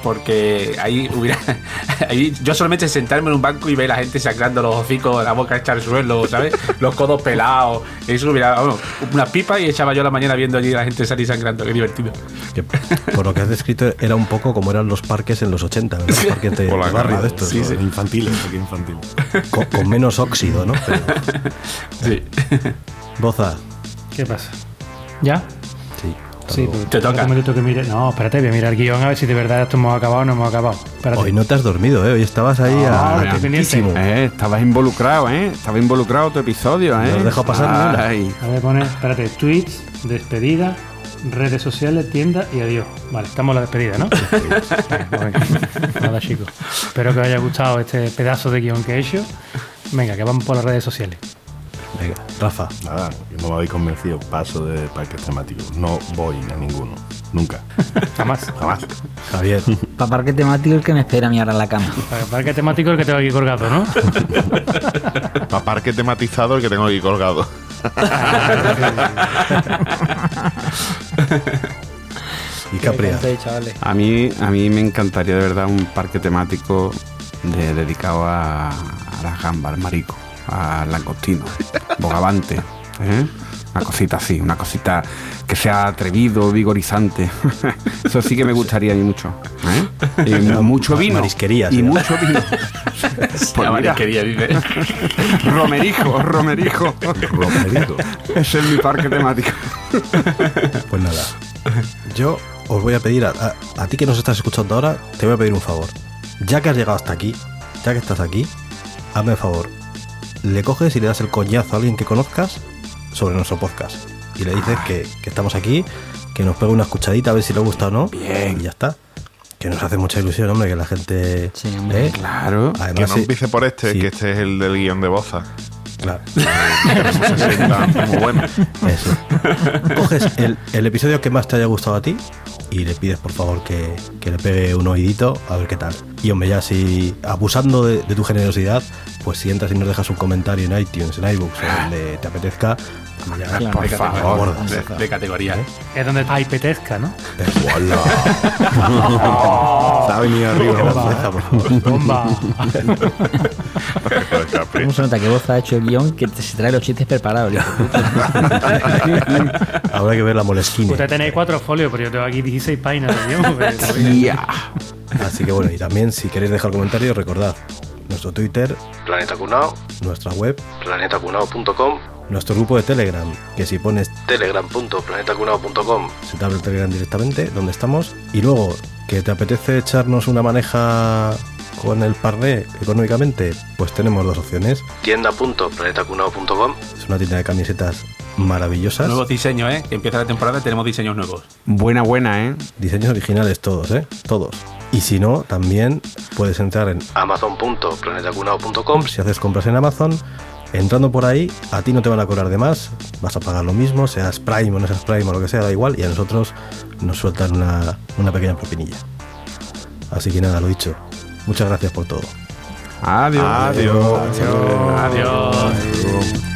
Speaker 3: Porque ahí hubiera. Ahí yo solamente sentarme en un banco y ver a la gente sacando los hocicos, la boca hecha al suelo, ¿sabes? Los codos pelados. Eso hubiera. Vamos, una pipa y echaba yo la mañana viendo allí a la gente salir sangrando. Qué divertido.
Speaker 2: que por lo que has descrito era un poco como eran los parques en los 80, ¿no? los parques de,
Speaker 1: O la
Speaker 2: de barrio
Speaker 1: granada.
Speaker 2: de estos,
Speaker 4: Sí, sí. Infantiles, porque infantiles.
Speaker 2: con, con menos óxido, ¿no? Pero-
Speaker 3: Sí.
Speaker 2: Boza,
Speaker 6: ¿Qué pasa? ¿Ya?
Speaker 2: sí.
Speaker 6: Sí, porque
Speaker 3: Te toca.
Speaker 6: un minuto que mire- No, espérate, voy a mirar el guión a ver si de verdad esto hemos acabado o no hemos acabado. Espérate.
Speaker 2: Hoy no te has dormido, ¿eh? Hoy estabas ahí
Speaker 6: Ah,
Speaker 2: a-
Speaker 6: estoy
Speaker 2: atentísimo.
Speaker 7: Eh, estabas involucrado, ¿eh? Estaba involucrado tu episodio, ¿eh?
Speaker 2: No has dejado pasar ni una.
Speaker 7: Ay.
Speaker 6: A ver, poner, espérate, tweets, despedida, redes sociales, tienda y adiós. Vale, estamos en la despedida, ¿no? Venga, venga. Nada, chicos. Espero que os haya gustado este pedazo de guión que he hecho. Venga, que vamos por las redes sociales.
Speaker 2: Venga, Rafa.
Speaker 4: Nada, yo no me habéis convencido. Paso de parques temáticos. No voy a ninguno. Nunca.
Speaker 6: Jamás.
Speaker 4: Jamás.
Speaker 2: Javier,
Speaker 10: Para parque temático el que me espera a mí ahora en la cama.
Speaker 6: Para el parque temático el que tengo aquí colgado, ¿no?
Speaker 1: Pa' parque tematizado el que tengo aquí colgado.
Speaker 2: y Capria.
Speaker 10: chavales.
Speaker 7: A mí, a mí me encantaría de verdad un parque temático de- dedicado a, a la gamba, al marico, al langostino, bogavante. ¿eh? Una cosita así, una cosita que sea atrevido, vigorizante. Eso sí que me gustaría a mí mucho. ¿eh? Y mucho
Speaker 2: ma-
Speaker 7: vino.
Speaker 2: marisquería,
Speaker 7: Y
Speaker 2: se llama.
Speaker 7: mucho vino. Pues mira,
Speaker 3: quería, dice.
Speaker 7: romerijo, romerijo.
Speaker 2: Romerijo.
Speaker 7: Ese es mi parque temático.
Speaker 2: Pues nada. Yo os voy a pedir, a, a- a ti que nos estás escuchando ahora, te voy a pedir un favor. Ya que has llegado hasta aquí, ya que estás aquí, hazme el favor. Le coges y le das el coñazo a alguien que conozcas sobre nuestro podcast. Y le dices que, que estamos aquí, que nos pegue una escuchadita a ver si le gusta o no. Y ya está. Que nos hace mucha ilusión, hombre, que la gente.
Speaker 10: Sí, hombre,
Speaker 2: ¿eh?
Speaker 7: Claro.
Speaker 1: Que
Speaker 2: Además,
Speaker 1: no
Speaker 2: sí,
Speaker 1: empiece por este,
Speaker 2: sí.
Speaker 1: que este es el del guión de Boza.
Speaker 2: claro.
Speaker 1: Se sienta muy bueno.
Speaker 2: Eso. Coges el, el episodio que más te haya gustado a ti y le pides por favor que, que le pegue un oídito a ver qué tal. Y hombre, ya si abusando de, de tu generosidad, pues si entras y nos dejas un comentario en iTunes, en iBooks, o donde te apetezca, hombre, ya,
Speaker 10: Claro,
Speaker 2: por
Speaker 10: de
Speaker 2: favor. gordas.
Speaker 3: De, de categoría.
Speaker 6: Es donde hay petezca, ¿no?
Speaker 4: Está venido arriba.
Speaker 2: Qué
Speaker 4: ¿no?
Speaker 2: vergüenza, por favor.
Speaker 6: Bomba.
Speaker 1: Joder, Capri.
Speaker 10: ¿Cómo se nota que vos has hecho el guión que te- se trae los chistes preparados? hijo de puta?
Speaker 2: Habrá que ver la molesquina.
Speaker 6: Ustedes tenéis cuatro folios, pero yo tengo aquí 16 páginas de guión, pero-
Speaker 7: Ya.
Speaker 2: Así que bueno, y también si queréis dejar comentarios, recordad nuestro Twitter,
Speaker 11: Planeta Cunao,
Speaker 2: nuestra web,
Speaker 11: planetacunao.com,
Speaker 2: nuestro grupo de Telegram, que si pones
Speaker 11: telegram.planetacunao.com.
Speaker 2: se te abre el Telegram directamente, donde estamos. Y luego, que te apetece echarnos una maneja con el parné económicamente, pues tenemos dos opciones.
Speaker 11: tienda.planetacunao.com.
Speaker 2: Es una tienda de camisetas maravillosas,
Speaker 3: Nuevos diseños, ¿eh? Que empieza la temporada y tenemos diseños nuevos.
Speaker 7: Buena, buena, ¿eh?
Speaker 2: diseños originales todos, ¿eh? Todos. Y si no, también puedes entrar en,
Speaker 11: amazon.planetacunao.com.
Speaker 2: si haces compras en Amazon, entrando por ahí, a ti no te van a cobrar de más, vas a pagar lo mismo, seas Prime o no seas Prime o lo que sea, da igual, y a nosotros nos sueltan una, una pequeña propinilla. Así que nada, lo dicho. Muchas gracias por todo.
Speaker 7: Adiós.
Speaker 1: Adiós.
Speaker 3: Adiós.
Speaker 4: Adiós.